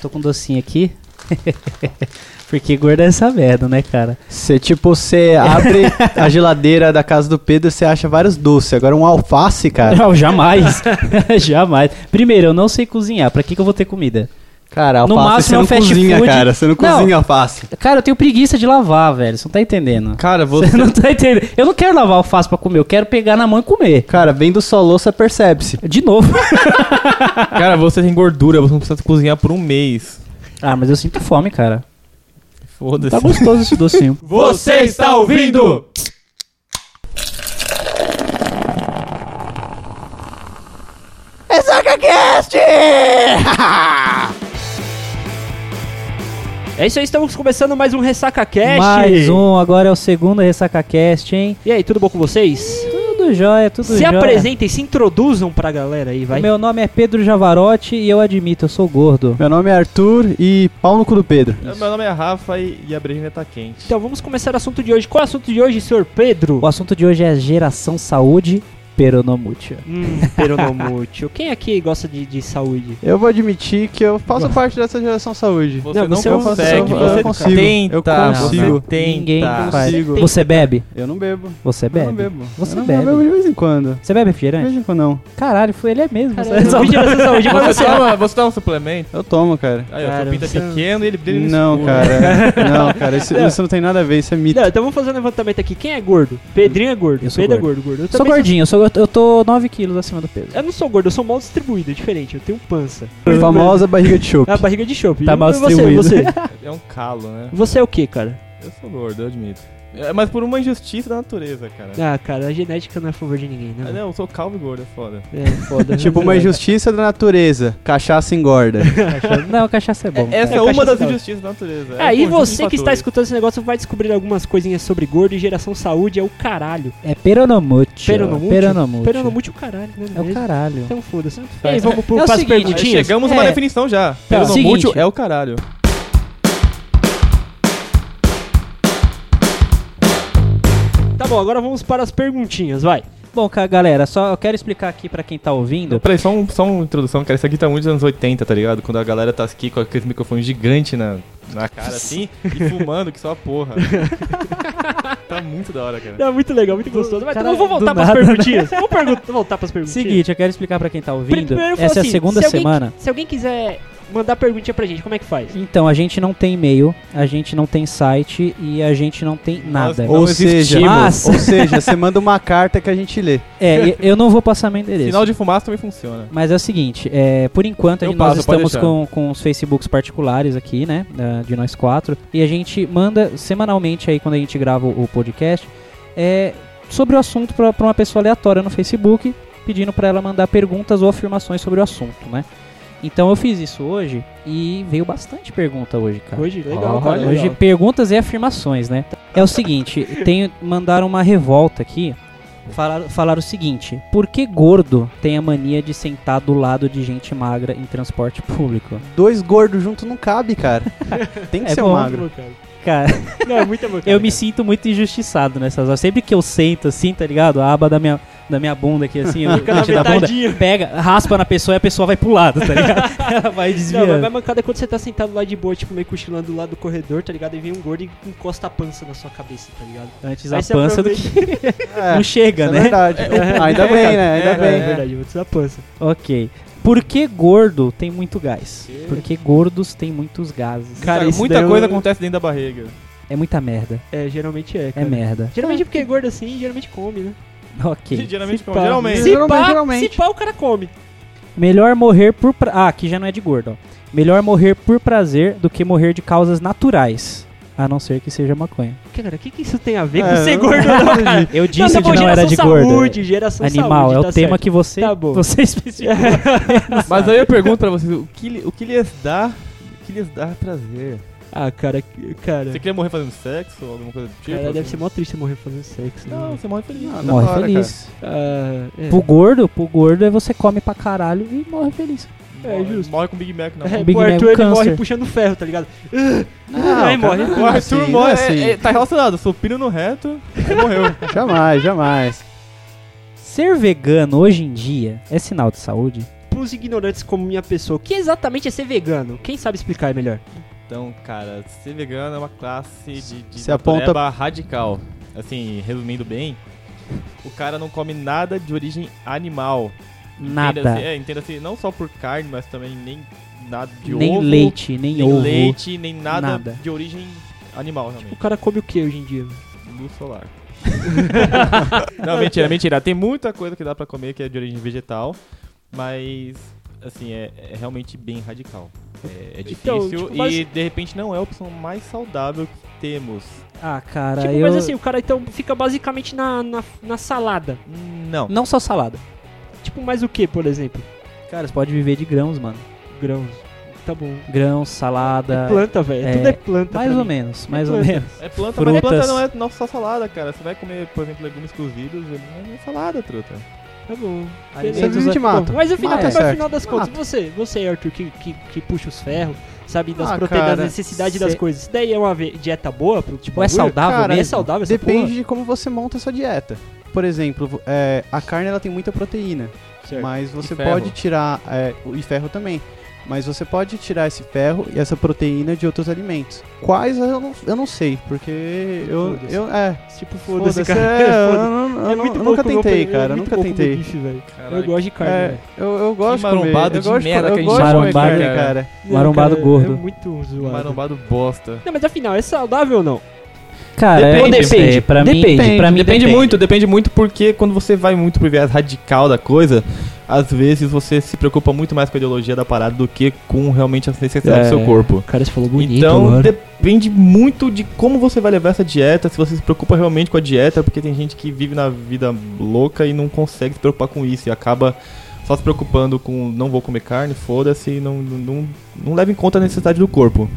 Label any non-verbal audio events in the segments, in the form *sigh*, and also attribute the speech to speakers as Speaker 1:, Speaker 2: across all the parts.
Speaker 1: tô com um docinho aqui. *laughs* Porque gorda é essa merda, né, cara?
Speaker 2: Você, tipo, você
Speaker 1: *laughs*
Speaker 2: abre a geladeira da casa do Pedro, você acha vários doces. Agora um alface, cara.
Speaker 1: Não, jamais. *laughs* jamais. Primeiro, eu não sei cozinhar. Pra que, que eu vou ter comida?
Speaker 2: Cara,
Speaker 1: No
Speaker 2: alface
Speaker 1: máximo
Speaker 2: você
Speaker 1: é um
Speaker 2: não
Speaker 1: fast
Speaker 2: cozinha,
Speaker 1: food.
Speaker 2: cara. Você não
Speaker 1: Não.
Speaker 2: cozinha alface.
Speaker 1: Cara, eu tenho preguiça de lavar, velho. Você não tá entendendo.
Speaker 2: Cara,
Speaker 1: Você não tá entendendo. Eu não quero lavar alface pra comer. Eu quero pegar na mão e comer.
Speaker 2: Cara, vendo só louça percebe-se.
Speaker 1: De novo. *laughs*
Speaker 3: Cara, você tem gordura, você não precisa cozinhar por um mês.
Speaker 1: ah, mas eu sinto fome, cara.
Speaker 3: Foda-se.
Speaker 1: Tá gostoso esse docinho.
Speaker 3: Você está ouvindo?
Speaker 4: *laughs* É isso aí, estamos começando mais um Ressaca Cash.
Speaker 1: Mais um, agora é o segundo RessacaCast, hein?
Speaker 4: E aí, tudo bom com vocês?
Speaker 1: Tudo jóia, tudo
Speaker 4: se
Speaker 1: jóia.
Speaker 4: apresentem, se introduzam pra galera aí, vai.
Speaker 1: Meu nome é Pedro Javarotti e eu admito, eu sou gordo.
Speaker 2: Meu nome é Arthur e pau no cu do Pedro.
Speaker 3: Meu nome é Rafa e, e a Brejinha tá quente.
Speaker 4: Então vamos começar o assunto de hoje. Qual é o assunto de hoje, senhor Pedro?
Speaker 1: O assunto de hoje é geração saúde peronomútil.
Speaker 4: Hum, peronomútil. Quem aqui gosta de, de saúde?
Speaker 2: Eu vou admitir que eu faço parte dessa geração saúde.
Speaker 3: Você
Speaker 4: Não,
Speaker 3: não,
Speaker 4: você é um
Speaker 3: consegue,
Speaker 4: cego,
Speaker 3: você
Speaker 4: eu
Speaker 2: consigo,
Speaker 3: tenta,
Speaker 2: eu consigo.
Speaker 3: você tenta.
Speaker 1: Ninguém faz.
Speaker 2: consigo.
Speaker 1: Você bebe?
Speaker 2: Eu não bebo.
Speaker 1: Você
Speaker 2: Eu não
Speaker 1: bebe.
Speaker 2: bebo.
Speaker 1: Você
Speaker 2: eu não
Speaker 1: bebe.
Speaker 2: Eu bebo de vez em quando.
Speaker 1: Você bebe
Speaker 2: De
Speaker 1: refrigerante?
Speaker 2: vez em quando não.
Speaker 1: Caralho, foi ele é mesmo.
Speaker 4: Caralho, eu não vi
Speaker 1: *laughs*
Speaker 4: geração de saúde, mas
Speaker 3: Você
Speaker 4: você-
Speaker 3: toma, você toma um suplemento?
Speaker 2: Eu tomo, cara.
Speaker 3: Aí, ó,
Speaker 4: Cara,
Speaker 3: seu pinto é
Speaker 4: você-
Speaker 3: pequeno e ele dele
Speaker 2: Não, cara. não, cara. Isso, isso não tem nada a ver. Isso é mito.
Speaker 4: Não, então vamos fazer um levantamento aqui. Quem é gordo? Pedrinho é gordo.
Speaker 1: Eu sou
Speaker 4: Pedro é gordo, gordo. Eu
Speaker 1: Sou
Speaker 4: também
Speaker 1: gordinho, eu, sou, eu tô 9 quilos acima do peso.
Speaker 4: Eu não sou gordo, eu sou mal distribuído, é diferente. Eu tenho pança.
Speaker 2: Famosa barriga de chope.
Speaker 4: A barriga de chope.
Speaker 1: Tá
Speaker 4: E
Speaker 1: mal
Speaker 4: você,
Speaker 1: distribuído.
Speaker 4: Você,
Speaker 3: É um calo, né?
Speaker 4: você é o que, cara?
Speaker 3: Eu sou gordo, eu admito. É, mas por uma injustiça da natureza, cara.
Speaker 4: Ah, cara, a genética não é a favor de ninguém,
Speaker 3: Ah,
Speaker 4: né?
Speaker 3: não, eu sou calvo e gordo, é foda.
Speaker 4: É
Speaker 1: *laughs*
Speaker 4: foda.
Speaker 2: *laughs* Tipo uma injustiça da natureza. Cachaça engorda.
Speaker 1: Não, cachaça é bom.
Speaker 3: Essa
Speaker 1: cara.
Speaker 3: é,
Speaker 4: é
Speaker 3: uma
Speaker 4: cachaça
Speaker 3: das
Speaker 4: saudável.
Speaker 3: injustiças da natureza.
Speaker 4: É,
Speaker 3: um
Speaker 4: e
Speaker 3: conjunto
Speaker 4: você
Speaker 3: de
Speaker 4: que está
Speaker 3: fatores.
Speaker 4: escutando esse negócio vai descobrir algumas coisinhas sobre gordo e geração saúde é o caralho.
Speaker 1: É peronomútil.
Speaker 4: Peronomútil?
Speaker 1: Peronomútil.
Speaker 4: Peronomútil, caralho, né?
Speaker 1: É o caralho.
Speaker 4: Então foda-se. E
Speaker 3: faz.
Speaker 4: aí, vamos pro
Speaker 1: É o
Speaker 4: pras
Speaker 1: seguinte,
Speaker 3: Aí
Speaker 4: perguntinhas.
Speaker 3: chegamos a
Speaker 1: É.
Speaker 3: uma definição já. Peronomútil
Speaker 1: seguinte.
Speaker 3: é o caralho.
Speaker 4: Tá bom, agora vamos para as perguntinhas, vai.
Speaker 1: Bom, ca- galera, só eu quero explicar aqui pra quem tá ouvindo.
Speaker 3: Peraí, só, um, só uma introdução, cara. Isso aqui tá muito dos anos 80, tá ligado? Quando a galera tá aqui com aquele microfone gigante na, na cara, assim, e fumando, que só a *laughs* porra. tá muito da hora, cara.
Speaker 4: É muito legal, muito gostoso. Mas
Speaker 1: Caralho,
Speaker 4: então vamos voltar
Speaker 1: do
Speaker 4: para as
Speaker 1: nada, né?
Speaker 4: *laughs* perguntinhas. Vamos pergun- voltar para as perguntinhas.
Speaker 1: Seguinte, eu quero explicar pra quem tá ouvindo.
Speaker 4: Primeiro eu falo
Speaker 1: Essa é a
Speaker 4: assim,
Speaker 1: segunda
Speaker 4: se alguém-
Speaker 1: semana.
Speaker 4: Se alguém quiser mandar perguntinha pra gente, como é que faz?
Speaker 1: Então, a gente não tem e-mail, a gente não tem site e a gente não tem nada.
Speaker 3: Nós-
Speaker 2: Ou
Speaker 3: Não
Speaker 2: seja,
Speaker 1: existimos.
Speaker 2: mas- ou seja, você manda uma carta que a gente lê.
Speaker 1: É,
Speaker 3: *laughs*
Speaker 1: e- eu não vou passar meu endereço.
Speaker 3: Sinal de fumaça também funciona.
Speaker 1: Mas é o seguinte, é, por enquanto a
Speaker 3: Eu
Speaker 1: gente- nós
Speaker 3: passo, pode
Speaker 1: estamos
Speaker 3: deixar.
Speaker 1: com, com os Facebooks particulares aqui, né? da- De nós quatro. E a gente manda semanalmente aí, quando a gente grava o o podcast, é, sobre o assunto pra pra uma pessoa aleatória no Facebook, pedindo pra ela mandar perguntas ou afirmações sobre o assunto, né? Então eu fiz isso hoje e veio bastante pergunta hoje, cara.
Speaker 4: Hoje, legal,
Speaker 3: Olha,
Speaker 4: cara, Tá legal.
Speaker 1: Hoje, perguntas e afirmações, né? É o seguinte, tem, mandaram uma revolta aqui. Falaram, falaram o seguinte: por que gordo tem a mania de sentar do lado de gente magra em transporte público?
Speaker 2: Dois gordos juntos não cabe, cara. Tem que
Speaker 1: É
Speaker 2: ser
Speaker 1: bom.
Speaker 2: um
Speaker 4: Muito
Speaker 2: magro.
Speaker 4: bom, cara.
Speaker 1: Cara,
Speaker 4: *laughs* Não, é muito bom, cara.
Speaker 1: eu me sinto muito injustiçado nessas horas. Sempre que eu sento assim, tá ligado? A aba da minha, da minha bunda aqui, assim, o
Speaker 4: Fica na
Speaker 1: cantinho da bunda,
Speaker 4: metadinha.
Speaker 1: pega, raspa na pessoa e a pessoa vai pro lado, tá
Speaker 4: *laughs*
Speaker 1: ligado? Ela vai
Speaker 4: Não, mas
Speaker 1: desviando.
Speaker 4: vai mancada é quando você tá sentado lá de boa, tipo, meio cochilando lá do corredor, tá ligado? E vem um gordo e encosta a pança na sua cabeça, tá ligado?
Speaker 1: Antes
Speaker 4: Aí
Speaker 1: a
Speaker 4: você
Speaker 1: pança do que
Speaker 4: aproveita-
Speaker 2: É,
Speaker 1: não
Speaker 2: isso
Speaker 1: chega,
Speaker 2: é
Speaker 1: né?
Speaker 2: verdade. Ainda bem, né? Ainda
Speaker 3: É,
Speaker 4: É,
Speaker 2: bem.
Speaker 4: verdade, antes da pança.
Speaker 1: Ok. Por que gordo tem muito gás? Porque gordos têm muitos gases.
Speaker 3: Cara,
Speaker 4: isso daí
Speaker 3: muita
Speaker 4: eu-
Speaker 3: coisa acontece dentro da barriga.
Speaker 1: É muita merda.
Speaker 4: É, geralmente é,
Speaker 1: É
Speaker 4: cara.
Speaker 1: merda.
Speaker 4: Geralmente porque é gordo assim, geralmente come, né?
Speaker 1: Ok.
Speaker 4: *laughs*
Speaker 3: Geralmente,
Speaker 4: Se
Speaker 3: como,
Speaker 4: pá.
Speaker 3: geralmente.
Speaker 4: Se
Speaker 2: Geralmente,
Speaker 4: pá,
Speaker 2: geralmente.
Speaker 4: se pá, o cara come.
Speaker 1: Melhor morrer por. Pra... Ah, aqui já não é de gordo, ó. Melhor morrer por prazer do que morrer de causas naturais. A não ser que seja maconha.
Speaker 4: Cara, o que, que isso tem a ver com
Speaker 2: É,
Speaker 4: ser
Speaker 2: eu-
Speaker 4: *laughs* gordo ou não,
Speaker 1: *laughs*
Speaker 4: cara?
Speaker 1: Eu disse
Speaker 4: tá bom,
Speaker 1: que não era de
Speaker 4: geração
Speaker 1: gordo.
Speaker 4: saúde, geração
Speaker 1: Animal,
Speaker 4: saúde,
Speaker 1: é o
Speaker 4: tá
Speaker 1: tema
Speaker 4: certo.
Speaker 1: que você,
Speaker 4: Tá bom.
Speaker 1: você especificou.
Speaker 3: Mas aí eu pergunto pra vocês, *laughs* o que, lhe- o que lhes dá... O que lhes dá prazer?
Speaker 4: *laughs* Ah,
Speaker 1: *laughs*
Speaker 4: cara, que- cara.
Speaker 3: Você queria morrer fazendo sexo ou alguma coisa do tipo?
Speaker 4: cara, deve
Speaker 3: assim?
Speaker 4: ser mó triste morrer fazendo sexo.
Speaker 3: Não,
Speaker 4: né?
Speaker 3: você morre feliz.
Speaker 2: Não,
Speaker 1: morre
Speaker 2: da hora,
Speaker 1: feliz.
Speaker 4: Ah, é.
Speaker 1: Pro gordo, pro gordo é você come pra caralho e morre feliz.
Speaker 4: É,
Speaker 3: Morre-
Speaker 4: justo.
Speaker 3: Morre com Big Mac,
Speaker 4: *laughs*
Speaker 3: não.
Speaker 4: É,
Speaker 1: Big
Speaker 4: o
Speaker 1: Mac, um
Speaker 4: Arthur ele
Speaker 1: câncer.
Speaker 4: morre puxando ferro, tá ligado?
Speaker 2: Não,
Speaker 4: Aí morre.
Speaker 2: cara,
Speaker 3: O
Speaker 2: não é
Speaker 3: Arthur
Speaker 2: assim, não
Speaker 3: morre,
Speaker 2: é assim.
Speaker 3: é- é- tá relacionado, supino no reto, aí morreu.
Speaker 2: Jamais, jamais.
Speaker 1: Ser vegano hoje em dia é sinal de saúde?
Speaker 4: pros ignorantes como minha pessoa, o que exatamente é ser vegano? Quem sabe explicar melhor?
Speaker 3: Então, cara, ser vegano é uma classe de, de
Speaker 2: Você aponta-
Speaker 3: natureba radical. Assim, resumindo bem, o cara não come nada de origem animal. Entenda-se-
Speaker 1: Nada.
Speaker 3: é, entenda-se não só por carne, mas também nem nada de
Speaker 1: Nem
Speaker 3: ovo.
Speaker 1: leite, nem,
Speaker 3: nem
Speaker 1: ovo.
Speaker 3: leite, nem nada,
Speaker 1: nada.
Speaker 3: de origem animal, realmente.
Speaker 4: O cara come o que hoje em dia?
Speaker 3: Luz solar. *laughs* não, mentira, mentira. Tem muita coisa que dá pra comer que é de origem vegetal, mas, assim, é, é realmente bem radical. É, é
Speaker 4: Então,
Speaker 3: difícil
Speaker 4: tipo, mas-
Speaker 3: e, de repente, não é a opção mais saudável que temos.
Speaker 1: Ah, cara,
Speaker 4: Tipo,
Speaker 1: eu...
Speaker 4: mas assim, o cara então fica basicamente na, na, na salada.
Speaker 3: Não.
Speaker 1: Não só salada.
Speaker 4: Tipo, mais o que, por exemplo?
Speaker 1: Cara, você pode viver de grãos, mano.
Speaker 4: Grãos. Tá bom.
Speaker 1: Grãos, salada...
Speaker 4: Planta, velho.
Speaker 1: é,
Speaker 4: Tudo é planta.
Speaker 1: mais
Speaker 4: pra
Speaker 1: ou
Speaker 4: mim.
Speaker 1: menos, mais ou
Speaker 4: planta.
Speaker 1: menos.
Speaker 3: É planta, mas
Speaker 1: Frutas.
Speaker 3: planta não é não só salada, cara. Você vai comer, por exemplo, legumes cozidos, não é salada, truta.
Speaker 4: Tá bom.
Speaker 2: Você
Speaker 1: Alimentos
Speaker 2: vive de mato.
Speaker 4: Bom, mas afinal,
Speaker 2: Mata,
Speaker 4: no
Speaker 2: Ah, certo.
Speaker 4: final das contas,
Speaker 2: Mata.
Speaker 4: você, você Arthur, que, que, que puxa os ferros, sabe, das
Speaker 2: Ah,
Speaker 4: proteínas,
Speaker 2: cara,
Speaker 4: das necessidades das
Speaker 1: cê-
Speaker 4: coisas. Isso daí é uma ve- dieta boa? Pro, tipo,
Speaker 1: Ou é
Speaker 4: bagulho?
Speaker 1: saudável
Speaker 2: Cara,
Speaker 4: É
Speaker 1: mesmo?
Speaker 4: saudável essa
Speaker 2: Depende
Speaker 4: porra?
Speaker 2: de como você monta a sua dieta. Por exemplo, vo- é, a carne ela tem muita proteína,
Speaker 4: Certo.
Speaker 2: mas você
Speaker 3: ferro.
Speaker 2: pode tirar é, o- e ferro também. Mas você pode tirar esse ferro e essa proteína de outros alimentos. Quais eu não, eu não sei, porque eu,
Speaker 4: Foda-se.
Speaker 2: eu é,
Speaker 4: Tipo,
Speaker 2: foda-se,
Speaker 4: foda-se, cara. *laughs*
Speaker 2: é, eu,
Speaker 4: Foda-se.
Speaker 2: não- eu não-
Speaker 4: É muito
Speaker 2: eu
Speaker 4: bom
Speaker 2: nunca
Speaker 4: comer-
Speaker 2: tentei,
Speaker 4: é
Speaker 2: cara, eu
Speaker 4: muito
Speaker 2: nunca
Speaker 4: bom comer
Speaker 2: tentei.
Speaker 4: bife, velho.
Speaker 3: Caralho,
Speaker 4: Eu gosto de carne, né?
Speaker 2: É,
Speaker 4: velho.
Speaker 2: eu, eu gosto de comer,
Speaker 3: marombado
Speaker 2: eu
Speaker 3: de
Speaker 2: gosto de
Speaker 3: merda
Speaker 2: comer-
Speaker 3: que a
Speaker 2: eu
Speaker 3: gente
Speaker 2: gosto de comer
Speaker 1: marombado,
Speaker 2: carne,
Speaker 3: cara.
Speaker 2: cara.
Speaker 4: Não,
Speaker 1: Marombado
Speaker 4: cara,
Speaker 1: gordo.
Speaker 4: É muito zoado.
Speaker 3: marombado bosta.
Speaker 4: Não, mas afinal, é saudável ou não?
Speaker 1: Cara, é-
Speaker 3: Depende,
Speaker 1: é,
Speaker 4: depende.
Speaker 1: pra mim,
Speaker 2: Depende,
Speaker 1: pra mim
Speaker 3: Depende, muito, depende muito, porque quando você vai muito pro viés radical da coisa, às vezes você se preocupa muito mais com a ideologia da parada do que com realmente as necessidades
Speaker 1: É.
Speaker 3: do seu corpo.
Speaker 4: O cara se falou
Speaker 3: então depende muito de como você vai levar essa dieta, se você se preocupa realmente com a dieta, porque tem gente que vive na vida louca e não consegue se preocupar com isso e acaba só se preocupando com não vou comer carne, foda-se, e não, não, não, não leva em conta a necessidade do corpo.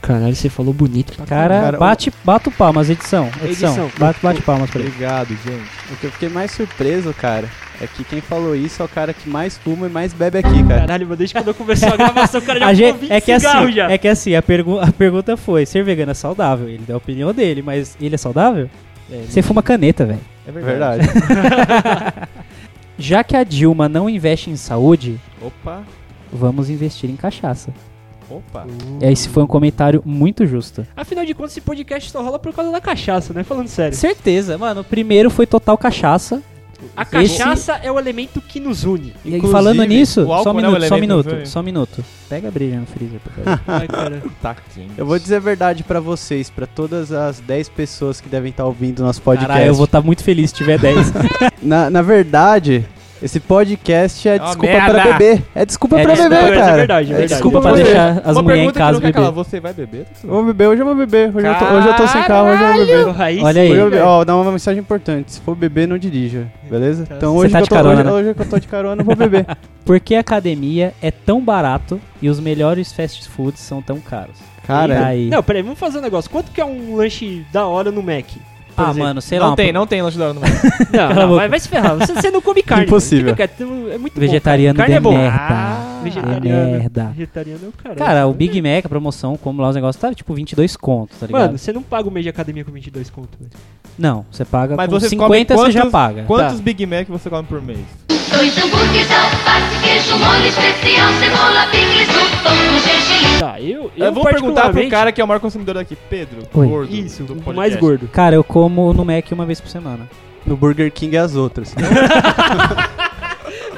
Speaker 4: Caralho, você falou bonito pra
Speaker 1: Cara,
Speaker 2: Cara,
Speaker 1: bate, bate palmas, edição. Edição,
Speaker 4: Edição.
Speaker 1: Bate, bate palmas pra ele.
Speaker 3: Obrigado, gente.
Speaker 2: O que eu fiquei mais surpreso, cara, é que quem falou isso é o cara que mais fuma e mais bebe aqui,
Speaker 3: É.
Speaker 2: cara.
Speaker 4: Caralho, mas desde quando eu começou a gravação, o cara já
Speaker 1: A
Speaker 4: fumou
Speaker 1: gente,
Speaker 4: 20
Speaker 1: é que
Speaker 4: cigarros
Speaker 1: assim,
Speaker 4: já.
Speaker 1: é que assim a, pergu- a pergunta foi, ser vegano é saudável? Ele deu a opinião dele, mas ele é saudável? Você fuma caneta, velho.
Speaker 3: É
Speaker 2: É
Speaker 3: verdade.
Speaker 2: verdade.
Speaker 1: Já que a Dilma não investe em saúde,
Speaker 3: *laughs* Opa,
Speaker 1: vamos investir em cachaça.
Speaker 3: opa.
Speaker 4: É,
Speaker 1: Esse foi um comentário muito justo.
Speaker 4: Afinal de contas, esse podcast só rola por causa da cachaça, né? Falando sério.
Speaker 1: Certeza, mano. O primeiro foi total cachaça.
Speaker 4: A
Speaker 1: Esse-
Speaker 4: cachaça é o elemento que
Speaker 1: *laughs*
Speaker 4: nos une.
Speaker 1: E aí, falando
Speaker 3: Inclusive,
Speaker 1: nisso,
Speaker 3: o
Speaker 1: só um
Speaker 3: álcool não é um
Speaker 1: minuto, só um
Speaker 3: elemento,
Speaker 1: minuto,
Speaker 3: velho.
Speaker 1: só um minuto. Pega a brilha no freezer, por favor.
Speaker 4: Ai, *laughs* cara.
Speaker 3: Tá quente.
Speaker 2: Eu vou dizer a verdade pra vocês, pra todas as 10 pessoas que devem estar ouvindo nosso podcast.
Speaker 1: Caralho, eu vou estar muito feliz se tiver 10.
Speaker 2: na, na verdade, esse podcast é
Speaker 3: uma
Speaker 2: desculpa
Speaker 3: merda.
Speaker 2: pra beber. É desculpa
Speaker 1: É
Speaker 2: pra
Speaker 1: desculpa,
Speaker 2: beber,
Speaker 4: é
Speaker 2: cara.
Speaker 4: verdade, é verdade.
Speaker 1: Desculpa
Speaker 2: desculpa
Speaker 1: pra
Speaker 2: pra beber.
Speaker 1: deixar as
Speaker 3: Uma
Speaker 1: mulheres em
Speaker 3: pergunta que
Speaker 1: casa
Speaker 3: nunca cala,
Speaker 1: beber.
Speaker 3: você vai beber?
Speaker 2: Eu Vou beber, hoje eu vou beber. Hoje, eu, tô, hoje eu tô sem carro, hoje eu vou beber.
Speaker 4: Porra, aí
Speaker 1: Olha
Speaker 4: sim,
Speaker 1: aí.
Speaker 2: Hoje eu-
Speaker 4: velho.
Speaker 2: ó, dá uma mensagem importante. Se for beber, não dirija, beleza? Então
Speaker 1: Você
Speaker 2: hoje,
Speaker 1: tá
Speaker 2: que
Speaker 1: de
Speaker 2: eu tô,
Speaker 1: carona,
Speaker 2: hoje,
Speaker 1: né?
Speaker 2: hoje que eu tô de carona, eu vou beber.
Speaker 1: Por que a academia é tão barato e os melhores fast foods são tão caros? E
Speaker 2: Cara,
Speaker 1: aí?
Speaker 4: Não, peraí, vamos fazer um negócio. Quanto que é um lanche da hora no Mac? por
Speaker 1: ah,
Speaker 4: exemplo?
Speaker 1: mano, sei lá.
Speaker 3: não
Speaker 1: um
Speaker 3: tem,
Speaker 1: pro-
Speaker 3: não tem lanche da hora no
Speaker 4: Não,
Speaker 1: Cala a
Speaker 4: não,
Speaker 1: boca.
Speaker 4: vai, vai se ferrar. Você, você não come carne.
Speaker 2: Impossível.
Speaker 4: Fica quieto, é muito
Speaker 1: Vegetariano
Speaker 4: bom.
Speaker 1: de
Speaker 4: cara. Carne é bom.
Speaker 1: merda.
Speaker 4: vegetariano.
Speaker 1: de merda.
Speaker 4: Vegetariano é o cara.
Speaker 1: Cara, o Big Mac, a promoção, como lá os negócios, tá tipo 22 conto, tá ligado?
Speaker 4: Mano, você não paga o mês de academia com 22 conto, velho.
Speaker 1: não, você paga
Speaker 3: Mas
Speaker 1: com
Speaker 3: vocês
Speaker 1: 50
Speaker 3: comem
Speaker 1: você já
Speaker 3: quantos-
Speaker 1: paga. Tá.
Speaker 3: Quantos Big Mac você come por mês?
Speaker 5: Dois hambúrgueres, alface, queijo, molho especial, cebola, picles, um pão com gergelim.
Speaker 4: Tá, eu.
Speaker 3: É, Eu,
Speaker 4: Eu
Speaker 3: vou perguntar pro
Speaker 4: particularmente-
Speaker 3: cara que é o maior consumidor daqui, Pedro,
Speaker 1: Oi.
Speaker 3: gordo.
Speaker 4: Isso,
Speaker 3: do
Speaker 4: o
Speaker 3: podcast.
Speaker 4: mais gordo.
Speaker 1: Cara, eu como no Mac uma vez por semana.
Speaker 2: no Burger King e as outras.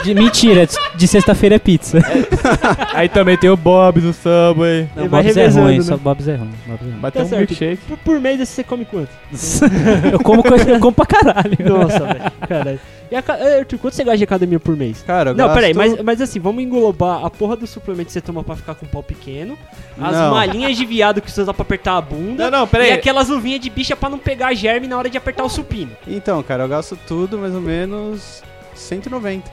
Speaker 1: De, mentira, de, de sexta-feira é pizza.
Speaker 3: Aí também tem o Bob's, o Subway.
Speaker 1: Não,
Speaker 4: Ele vai
Speaker 1: Bob's é
Speaker 4: revezando,
Speaker 1: ruim,
Speaker 4: né?
Speaker 1: só Bob's é ruim. Bob's é ruim.
Speaker 3: Mas tem um
Speaker 4: Tá certo.
Speaker 3: milkshake.
Speaker 4: Por, por mês você come quanto?
Speaker 1: *laughs* eu, como coisa, eu como pra caralho.
Speaker 4: *laughs* Nossa, velho. Caralho. E a, ca- é, Arthur, quanto você gasta de academia por mês?
Speaker 2: Cara, eu
Speaker 4: Não,
Speaker 2: gasto...
Speaker 4: peraí, mas, mas assim, vamos englobar a porra do suplemento que você toma pra ficar com o pau pequeno, as
Speaker 2: Não.
Speaker 4: malinhas de viado que você usa pra apertar a bunda,
Speaker 3: Não, não,
Speaker 4: e
Speaker 3: peraí.
Speaker 4: aquelas luvinhas de bicha pra não pegar germe na hora de apertar o supino.
Speaker 2: Então, cara, eu gasto tudo mais ou menos 190.
Speaker 4: Tá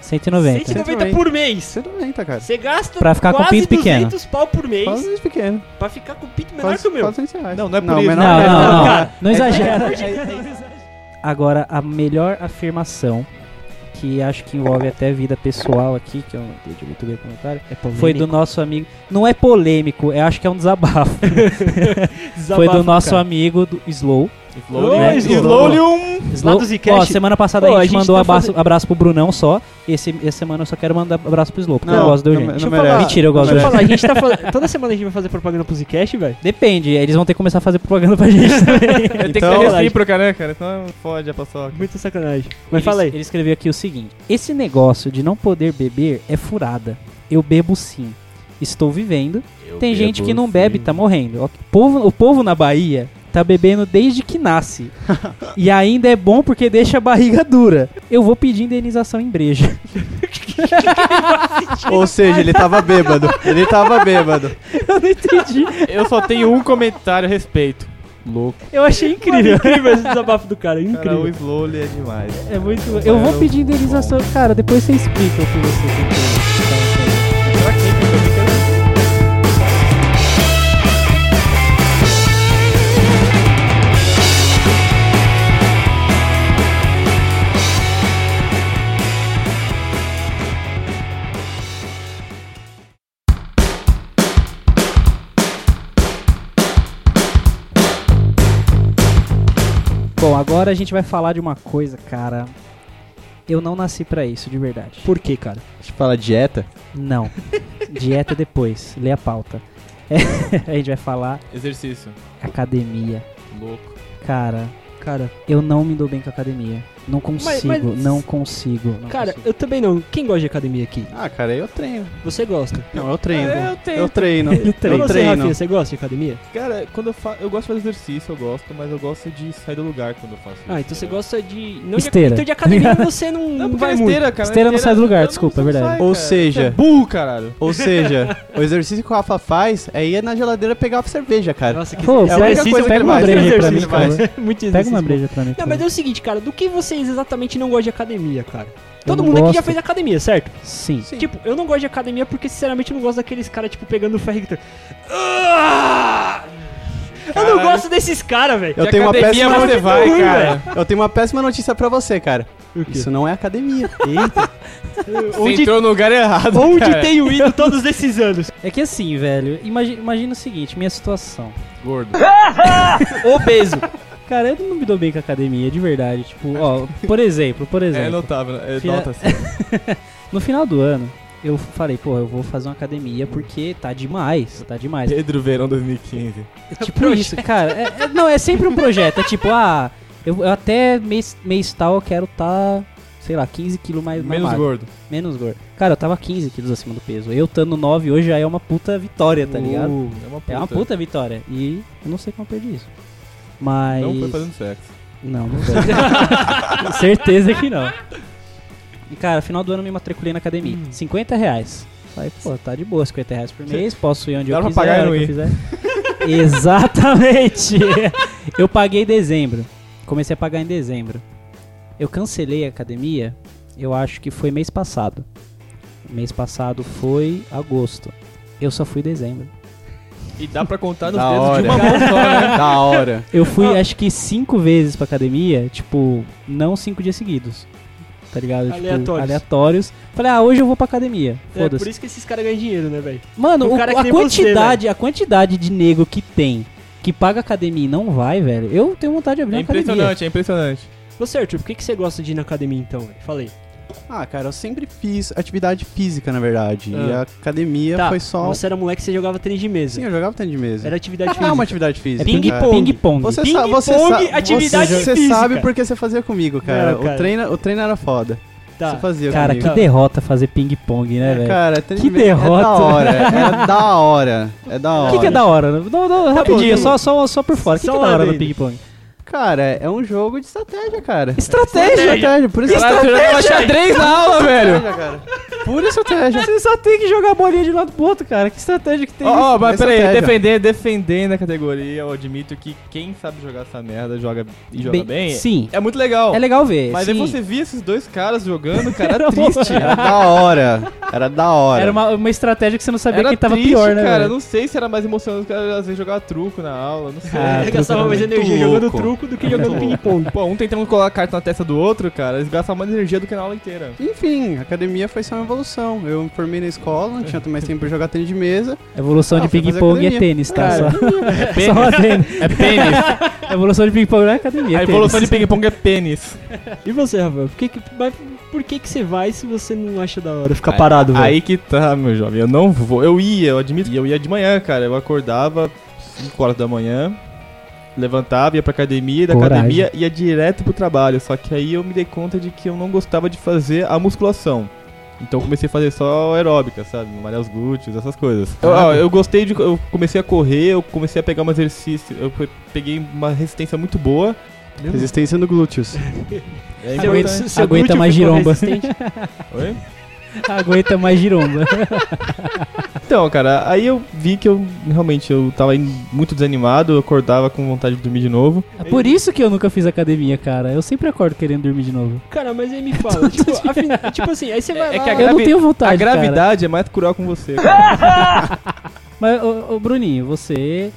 Speaker 1: 190.
Speaker 4: 190 por mês.
Speaker 2: 190, cara.
Speaker 4: Você gasta
Speaker 1: Pra ficar com
Speaker 4: quase
Speaker 1: o pinto pequeno.
Speaker 4: 200 pau por mês
Speaker 2: Quase isso pequeno.
Speaker 4: pra ficar com o pinto menor
Speaker 2: Quase,
Speaker 4: é que o meu.
Speaker 2: quase 100 reais.
Speaker 3: Não, não é por isso.
Speaker 1: Não,
Speaker 2: menor
Speaker 1: não,
Speaker 2: que-
Speaker 1: não. Não,
Speaker 4: cara.
Speaker 1: exagera. Agora, a melhor afirmação, que acho que envolve até vida pessoal aqui, que eu não entendi muito bem o comentário,
Speaker 4: É
Speaker 1: foi do nosso amigo. Não é polêmico, eu acho que é um desabafo. foi do nosso amigo do Slow,
Speaker 3: Slowly,
Speaker 1: Oi,
Speaker 3: slowly um.
Speaker 4: Slados e
Speaker 1: Ó,
Speaker 4: Cash.
Speaker 1: semana passada
Speaker 4: Pô,
Speaker 1: a, gente
Speaker 4: a gente
Speaker 1: mandou um
Speaker 4: tá
Speaker 1: abraço,
Speaker 4: fazendo-
Speaker 1: abraço pro Brunão só. Esse, essa semana eu só quero mandar abraço pro Slow, porque eu
Speaker 2: Não,
Speaker 1: gosto do
Speaker 2: não-
Speaker 1: gente.
Speaker 2: não
Speaker 4: eu
Speaker 2: merece.
Speaker 4: falar.
Speaker 1: Mentira, eu
Speaker 2: Não
Speaker 1: gosto do
Speaker 4: Deixa eu
Speaker 2: merece.
Speaker 1: gente.
Speaker 4: falar, a gente tá *laughs* falando. Toda semana a gente vai fazer propaganda pro Zcast, velho.
Speaker 1: Depende, eles vão ter que começar a fazer propaganda pra
Speaker 4: *laughs*
Speaker 1: gente também.
Speaker 4: Tem que
Speaker 2: Então,
Speaker 4: ser relativo.
Speaker 3: recíproca, né, cara? Então fode a paçoca.
Speaker 4: Muita sacanagem.
Speaker 1: Ele-
Speaker 4: Mas fala aí.
Speaker 1: Ele escreveu aqui o seguinte: Esse negócio de não poder beber é furada. Eu bebo sim. Estou vivendo. Tem gente que não bebe, tá morrendo. O povo, o povo na Bahia tá bebendo desde que
Speaker 4: *laughs*
Speaker 1: nasce. e ainda é bom porque deixa a barriga dura. Eu vou pedir indenização em breja. *laughs*
Speaker 2: Ou seja, ele tava bêbado. Ele tava bêbado.
Speaker 1: Eu não entendi.
Speaker 3: Eu só tenho um comentário a respeito. Louco.
Speaker 1: Eu achei
Speaker 4: Mano,
Speaker 1: incrível.
Speaker 4: incrível esse desabafo do cara. Incrível.
Speaker 3: Cara, o Slowly é demais.
Speaker 1: É muito. Eu vou pedir indenização. Cara, depois você explica o que você tem que Bom, agora a gente vai falar de uma coisa, cara. Eu não nasci pra isso, de verdade.
Speaker 4: Por quê, cara?
Speaker 2: Deixa eu falar dieta.
Speaker 1: Não. Dieta depois. Lê a pauta. *laughs* a gente vai falar
Speaker 3: Exercício.
Speaker 1: academia.
Speaker 3: Louco.
Speaker 1: Cara,
Speaker 4: Cara,
Speaker 1: eu não me dou bem com a academia. Não consigo,
Speaker 4: mas-
Speaker 1: não consigo. não
Speaker 4: cara,
Speaker 1: consigo.
Speaker 4: eu também não. Quem gosta de academia aqui?
Speaker 2: Ah, cara, eu treino.
Speaker 4: Você *laughs* gosta?
Speaker 2: Não, eu treino.
Speaker 3: Ah,
Speaker 4: É,
Speaker 3: eu
Speaker 2: Eu treino.
Speaker 1: Eu treino.
Speaker 2: Eu
Speaker 4: Você, Rafinha,
Speaker 2: treino.
Speaker 4: você gosta de academia?
Speaker 3: Cara, quando eu faço. Eu gosto de fazer exercício, eu gosto, mas eu gosto de sair do lugar quando eu faço isso.
Speaker 4: Ah, então você
Speaker 3: entendeu?
Speaker 4: gosta de. Não
Speaker 1: Esteira.
Speaker 4: De, então de *laughs* academia você não,
Speaker 3: Não,
Speaker 4: não é
Speaker 3: porque é
Speaker 4: vai muito.
Speaker 3: esteira, cara.
Speaker 1: Esteira não sai do lugar, desculpa, é verdade.
Speaker 2: Ou seja-
Speaker 3: Você é burro, caralho.
Speaker 2: Ou seja, o exercício que o Rafa faz é ir na geladeira pegar uma cerveja, cara.
Speaker 4: Nossa, que
Speaker 1: Pô,
Speaker 4: é um a
Speaker 1: pega,
Speaker 4: única
Speaker 2: coisa que
Speaker 1: pega
Speaker 2: ele
Speaker 1: uma
Speaker 2: faz.
Speaker 1: breja pra mim,
Speaker 2: Exercício
Speaker 1: por favor.
Speaker 4: coisa- *laughs* muito
Speaker 1: Pega uma
Speaker 4: exercício.
Speaker 1: breja pra mim. por
Speaker 4: Não, mas é
Speaker 1: favor.
Speaker 4: o seguinte, cara, do que vocês exatamente não gostam de academia, cara?
Speaker 1: Eu
Speaker 4: Todo
Speaker 1: não
Speaker 4: mundo aqui já
Speaker 1: gosto.
Speaker 4: fez academia, certo?
Speaker 1: Sim.
Speaker 2: Sim.
Speaker 4: Tipo, eu não gosto de academia porque, sinceramente, eu não gosto daqueles caras, tipo, pegando o ferro e gritando. "Ah!" Eu não
Speaker 3: Caralho.
Speaker 4: gosto desses caras, velho.
Speaker 2: Eu tenho uma
Speaker 3: academia
Speaker 2: péssima
Speaker 3: você vai,
Speaker 4: ruim,
Speaker 3: cara.
Speaker 2: Eu tenho uma péssima notícia pra você, cara. Isso não é academia. Eita.
Speaker 3: Você entrou no lugar errado.
Speaker 4: Onde
Speaker 3: cara.
Speaker 4: tenho ido todos
Speaker 2: *laughs*
Speaker 4: esses anos?
Speaker 1: É que assim, velho, imagi- imagina o seguinte, minha situação.
Speaker 3: *laughs* Gordo. É, *laughs*
Speaker 4: Obeso.
Speaker 1: Cara, eu não me dou bem com a academia, de verdade. Tipo, ó, por exemplo, por
Speaker 3: É
Speaker 1: exemplo.
Speaker 3: notável, é
Speaker 1: Fia- *laughs*
Speaker 3: nota assim.
Speaker 1: no final do ano, eu falei, pô, eu vou fazer uma academia porque tá demais, tá
Speaker 3: *laughs*
Speaker 1: demais.
Speaker 3: Pedro Verão 2015.
Speaker 1: Tipo isso, cara. É- é- não, é sempre um projeto. É tipo, ah, eu, eu até mês, mês tal eu quero tá, sei lá, 15 quilos mais mais
Speaker 3: Menos
Speaker 1: magro.
Speaker 3: gordo.
Speaker 1: Menos gordo. Cara, eu tava 15 quilos acima do peso. Eu estando 9 hoje já é uma puta vitória, tá ligado?
Speaker 3: É uma puta.
Speaker 1: É uma puta vitória. E eu não sei como eu perdi isso. Mas.
Speaker 3: Não foi fazendo sexo.
Speaker 1: Não, não foi. *laughs* Certeza que não. E, cara, final do ano eu me matriculei na academia. 50 reais. Falei, pô, tá de boa, 50 reais por mês, posso ir onde
Speaker 3: Dá
Speaker 1: eu
Speaker 3: pra
Speaker 1: quiser,
Speaker 3: pagar
Speaker 1: a
Speaker 3: e
Speaker 1: hora que
Speaker 3: não
Speaker 1: eu
Speaker 3: *laughs*
Speaker 1: quiser. Exatamente! eu paguei em dezembro. Comecei a pagar em dezembro. Eu cancelei a academia, eu acho que foi mês passado. Mês passado foi agosto. Eu só fui em dezembro.
Speaker 3: E dá pra contar nos
Speaker 2: Da
Speaker 3: dedos de
Speaker 2: hora.
Speaker 3: uma mão só, né?
Speaker 2: Da hora.
Speaker 1: Eu fui acho que cinco vezes pra academia, tipo, não cinco dias seguidos. Tá ligado? Tipo,
Speaker 4: Aleatórios.
Speaker 1: aleatórios. Falei, ah, hoje eu vou pra academia.
Speaker 4: É por
Speaker 1: Foda-se.
Speaker 4: isso que esses caras ganham dinheiro, né, velho?
Speaker 1: Mano,
Speaker 4: um
Speaker 1: o-
Speaker 4: cara que
Speaker 1: a
Speaker 4: nem você,
Speaker 1: quantidade, a quantidade de nego que tem que paga academia e não vai, velho. Eu tenho vontade de abrir
Speaker 3: É
Speaker 1: uma academia.
Speaker 3: impressionante, é impressionante.
Speaker 4: Você, Arthur, por que, que você gosta de ir na academia então, velho? Falei.
Speaker 2: Ah, cara, eu sempre fiz atividade física, na verdade. E
Speaker 4: Ah.
Speaker 2: a academia foi só.
Speaker 4: Você era moleque, você jogava tênis de mesa.
Speaker 2: Sim, eu jogava tênis de mesa.
Speaker 4: Era atividade
Speaker 2: Não
Speaker 4: física.
Speaker 2: é uma atividade
Speaker 1: É
Speaker 2: física. cara.
Speaker 1: ping-pong. Ping-pong.
Speaker 2: Você,
Speaker 4: Ping
Speaker 2: sa você,
Speaker 4: pong,
Speaker 2: sa
Speaker 4: atividade
Speaker 2: você, você
Speaker 4: física.
Speaker 2: sabe porque você fazia comigo, cara.
Speaker 4: Não, cara.
Speaker 2: O, treino, o treino era foda.
Speaker 4: Tá.
Speaker 2: Você fazia
Speaker 1: Cara, que
Speaker 2: comigo.
Speaker 1: derrota fazer ping-pong, né, velho?
Speaker 2: É, Cara, tênis
Speaker 1: Que
Speaker 2: de mesa É
Speaker 1: derrota.
Speaker 2: da
Speaker 4: né?
Speaker 2: hora. É da
Speaker 4: *laughs*
Speaker 2: hora. É da
Speaker 1: O
Speaker 2: hora.
Speaker 1: que, que é da hora? Não,
Speaker 4: Tá
Speaker 1: não, rapidinho, só, só, só por fora. O que,
Speaker 4: Só
Speaker 1: que é da hora do
Speaker 4: adendo.
Speaker 1: ping-pong?
Speaker 2: Cara, é um jogo de estratégia, cara.
Speaker 1: Estratégia!
Speaker 2: Estratégia, por isso *laughs*
Speaker 4: é
Speaker 3: Caralho, eu jogava xadrez na aula, velho.
Speaker 2: estratégia, cara. Pura estratégia.
Speaker 1: Você só tem que jogar a bolinha de um lado pro outro, cara. Que estratégia que tem
Speaker 3: Ó, ó, mas
Speaker 2: Essa
Speaker 3: peraí,
Speaker 2: pega.
Speaker 3: defender, defendendo a categoria, eu admito que quem sabe jogar essa merda joga e joga bem.
Speaker 1: Sim.
Speaker 3: É muito legal.
Speaker 1: É legal ver.
Speaker 3: Mas
Speaker 1: sim.
Speaker 3: aí você via esses dois
Speaker 1: *laughs*
Speaker 3: caras jogando, cara,
Speaker 1: Era
Speaker 3: era triste.
Speaker 1: uma-
Speaker 2: Era da hora. Era da hora.
Speaker 1: Era uma, uma estratégia que você não sabia
Speaker 3: Era
Speaker 1: quem tava
Speaker 3: triste,
Speaker 1: pior, né?
Speaker 3: cara.
Speaker 1: velho?
Speaker 3: Não sei se era mais emocionante, os caras às vezes jogava truco na aula, não sei.
Speaker 1: Ah,
Speaker 4: Ele É, gastava
Speaker 1: truco
Speaker 4: mais
Speaker 1: também.
Speaker 4: energia
Speaker 2: Muito
Speaker 4: jogando
Speaker 2: louco.
Speaker 4: truco do que jogando ping-pong.
Speaker 3: Pô, um tentando colar a carta na testa do outro, cara, eles gastavam mais energia do que na aula inteira.
Speaker 2: Enfim, a academia foi só uma evolução. Eu me formei na escola, não tinha mais tempo pra jogar tênis de mesa.
Speaker 1: Evolução
Speaker 2: Ah,
Speaker 1: de
Speaker 2: foi fazer
Speaker 1: ping-pong é *laughs*
Speaker 2: academia.
Speaker 1: tênis, tá?
Speaker 2: Cara,
Speaker 1: só, só uma tênis.
Speaker 3: É pênis.
Speaker 1: A *laughs* evolução de ping-pong não é academia.
Speaker 3: A
Speaker 1: é
Speaker 3: evolução de
Speaker 1: tênis.
Speaker 3: ping-pong é pênis.
Speaker 4: E você, Rafael? Por que, que, mas por que, que você vai se você não acha da hora ficar parado, velho?
Speaker 3: Aí que tá, meu jovem. Eu não vou. Eu ia, eu admito. Eu ia de manhã, cara. Eu acordava 5 horas da manhã, levantava, ia pra academia, e da
Speaker 1: Coragem.
Speaker 3: academia ia direto pro trabalho. Só que aí eu me dei conta de que eu não gostava de fazer a musculação. Então eu comecei a fazer só aeróbica, sabe? Malhar os glúteos, essas coisas. Eu, ó, eu gostei de. Eu comecei a correr, eu comecei a pegar um exercício. Eu pe- peguei uma resistência muito boa.
Speaker 2: Resistência no glúteos.
Speaker 1: aguenta-
Speaker 3: É
Speaker 4: Seu- seu-
Speaker 3: importante.
Speaker 4: seu
Speaker 1: aguenta
Speaker 4: glúteo
Speaker 1: mais
Speaker 4: ficou
Speaker 1: giromba.
Speaker 4: resistente?
Speaker 3: Oi?
Speaker 1: *laughs* Aguenta mais giromba.
Speaker 3: Então, cara, aí eu vi que eu realmente eu tava aí muito desanimado, eu acordava com vontade de dormir de novo.
Speaker 1: É Por isso que eu nunca fiz academia, cara. Eu sempre acordo querendo dormir de novo.
Speaker 4: Cara, mas aí me fala. tipo, afin- tipo assim, aí você vai
Speaker 3: é
Speaker 4: lá...
Speaker 3: que a
Speaker 1: Eu não
Speaker 3: gravi-
Speaker 1: tenho vontade,
Speaker 3: a
Speaker 1: Tá cara.
Speaker 3: gravidade é mais cruel com você. cara.
Speaker 1: Mas, ô, ô, Bruninho, você...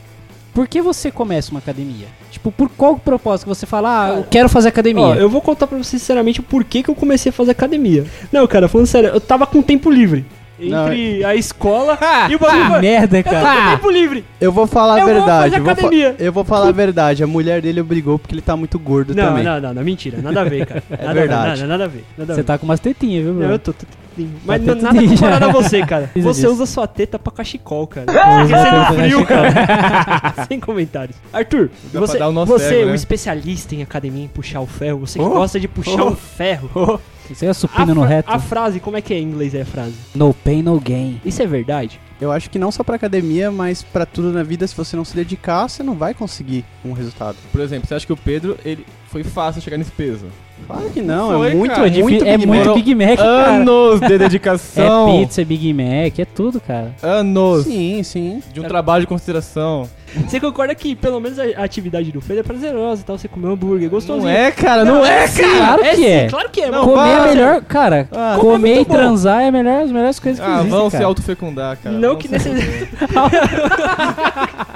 Speaker 1: Por que você começa uma academia? Tipo, por qual propósito que você fala, ah, eu quero fazer academia?
Speaker 4: Ó, eu vou contar pra você sinceramente o porquê que eu comecei a fazer academia. Não, cara, falando sério, eu tava com tempo livre.
Speaker 2: Não,
Speaker 4: Entre a escola *laughs* e o bagulho.
Speaker 1: Que merda,
Speaker 4: eu tava com
Speaker 1: cara.
Speaker 4: tempo livre.
Speaker 2: Eu vou falar
Speaker 4: Eu
Speaker 2: a
Speaker 4: vou
Speaker 2: verdade.
Speaker 4: fazer
Speaker 2: eu, vou fa-
Speaker 4: academia.
Speaker 2: eu vou falar a verdade. A mulher dele obrigou porque ele tá muito gordo
Speaker 4: Não,
Speaker 2: também.
Speaker 4: não, não, não, mentira. Nada a ver, cara. Nada a ver,
Speaker 2: verdade.
Speaker 4: nada, nada a ver. Nada a
Speaker 1: Você
Speaker 4: ver.
Speaker 1: tá com umas tetinhas, viu,
Speaker 4: Não,
Speaker 1: Bruno?
Speaker 4: eu tô. tô- tô- Mas
Speaker 1: Tá
Speaker 4: não, nada
Speaker 1: tudo-
Speaker 4: comparado a você, cara.
Speaker 1: Isso,
Speaker 4: Você
Speaker 1: isso.
Speaker 4: usa sua teta pra cachecol, cara. Porque você não frio, cara. *laughs* Sem comentários. Arthur,
Speaker 3: pra
Speaker 4: você,
Speaker 3: dar o nó
Speaker 4: você
Speaker 3: cego,
Speaker 4: um
Speaker 3: né?
Speaker 4: especialista em academia, em puxar o ferro. Você que
Speaker 3: Oh,
Speaker 4: gosta de puxar
Speaker 3: oh,
Speaker 4: o ferro.
Speaker 1: Você é
Speaker 4: A,
Speaker 1: supino no
Speaker 4: fra-
Speaker 1: reto?
Speaker 4: a frase, como é que é em inglês é a frase?
Speaker 1: No pain, no gain.
Speaker 4: Isso é verdade?
Speaker 2: Eu acho que não só pra academia, mas pra tudo na vida, se você não se dedicar, você não vai conseguir um resultado.
Speaker 3: Por exemplo, você acha que o Pedro, ele foi fácil chegar nesse peso?
Speaker 2: Claro que não,
Speaker 3: Foi,
Speaker 2: é muito,
Speaker 3: cara.
Speaker 1: É,
Speaker 2: muito,
Speaker 1: difi- é
Speaker 2: Big
Speaker 1: muito
Speaker 2: Mac.
Speaker 1: Big Mac,
Speaker 4: Ah,
Speaker 1: cara.
Speaker 3: Anos de
Speaker 1: É
Speaker 3: dedicação.
Speaker 1: pizza, é Big Mac, é tudo, cara.
Speaker 3: Anos
Speaker 2: Sim, sim.
Speaker 3: de um trabalho de consideração.
Speaker 4: Você concorda que pelo menos a a atividade do Pedro é prazerosa e tal? Você comeu hambúrguer, gostosinho.
Speaker 3: Não é, cara, não, é, cara.
Speaker 1: Claro que
Speaker 4: sim,
Speaker 1: é.
Speaker 4: Claro que é,
Speaker 3: Não,
Speaker 4: mano.
Speaker 1: comer
Speaker 3: vai.
Speaker 1: é melhor, cara.
Speaker 3: Ah,
Speaker 1: comer e
Speaker 4: é muito bom.
Speaker 1: transar é melhor, as melhores coisas que
Speaker 3: Ah,
Speaker 1: existem,
Speaker 3: vão se
Speaker 1: né, cara.
Speaker 3: autofecundar, cara.
Speaker 4: Não
Speaker 3: Vão
Speaker 4: que
Speaker 3: se-
Speaker 4: nesse.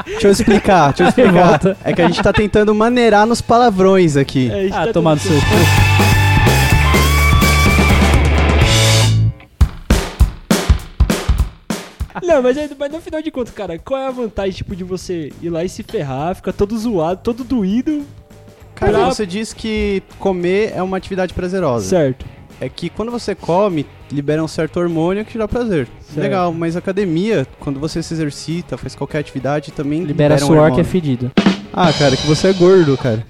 Speaker 2: Deixa eu
Speaker 1: *laughs*
Speaker 2: explicar, deixa eu explicar.
Speaker 1: Volta.
Speaker 2: É que a gente tá tentando maneirar nos palavrões aqui.
Speaker 4: É, isso
Speaker 1: Ah,
Speaker 4: tá
Speaker 1: tomar no
Speaker 4: tudo
Speaker 1: seu cu.
Speaker 4: Não, mas, é- mas no final de contas, cara, qual é a vantagem, tipo, de você ir lá e se ferrar, ficar todo zoado, todo doído?
Speaker 2: Cara,
Speaker 4: Pra-
Speaker 2: você diz que comer é uma atividade prazerosa.
Speaker 4: Certo.
Speaker 2: É que quando você come, libera um certo hormônio que te dá prazer.
Speaker 4: Certo.
Speaker 2: Legal, mas academia, quando você se exercita, faz qualquer atividade, também
Speaker 1: Libera
Speaker 2: libera, um
Speaker 1: suor que é
Speaker 2: hormônio.
Speaker 1: fedido.
Speaker 2: Ah, cara, que você é gordo, cara.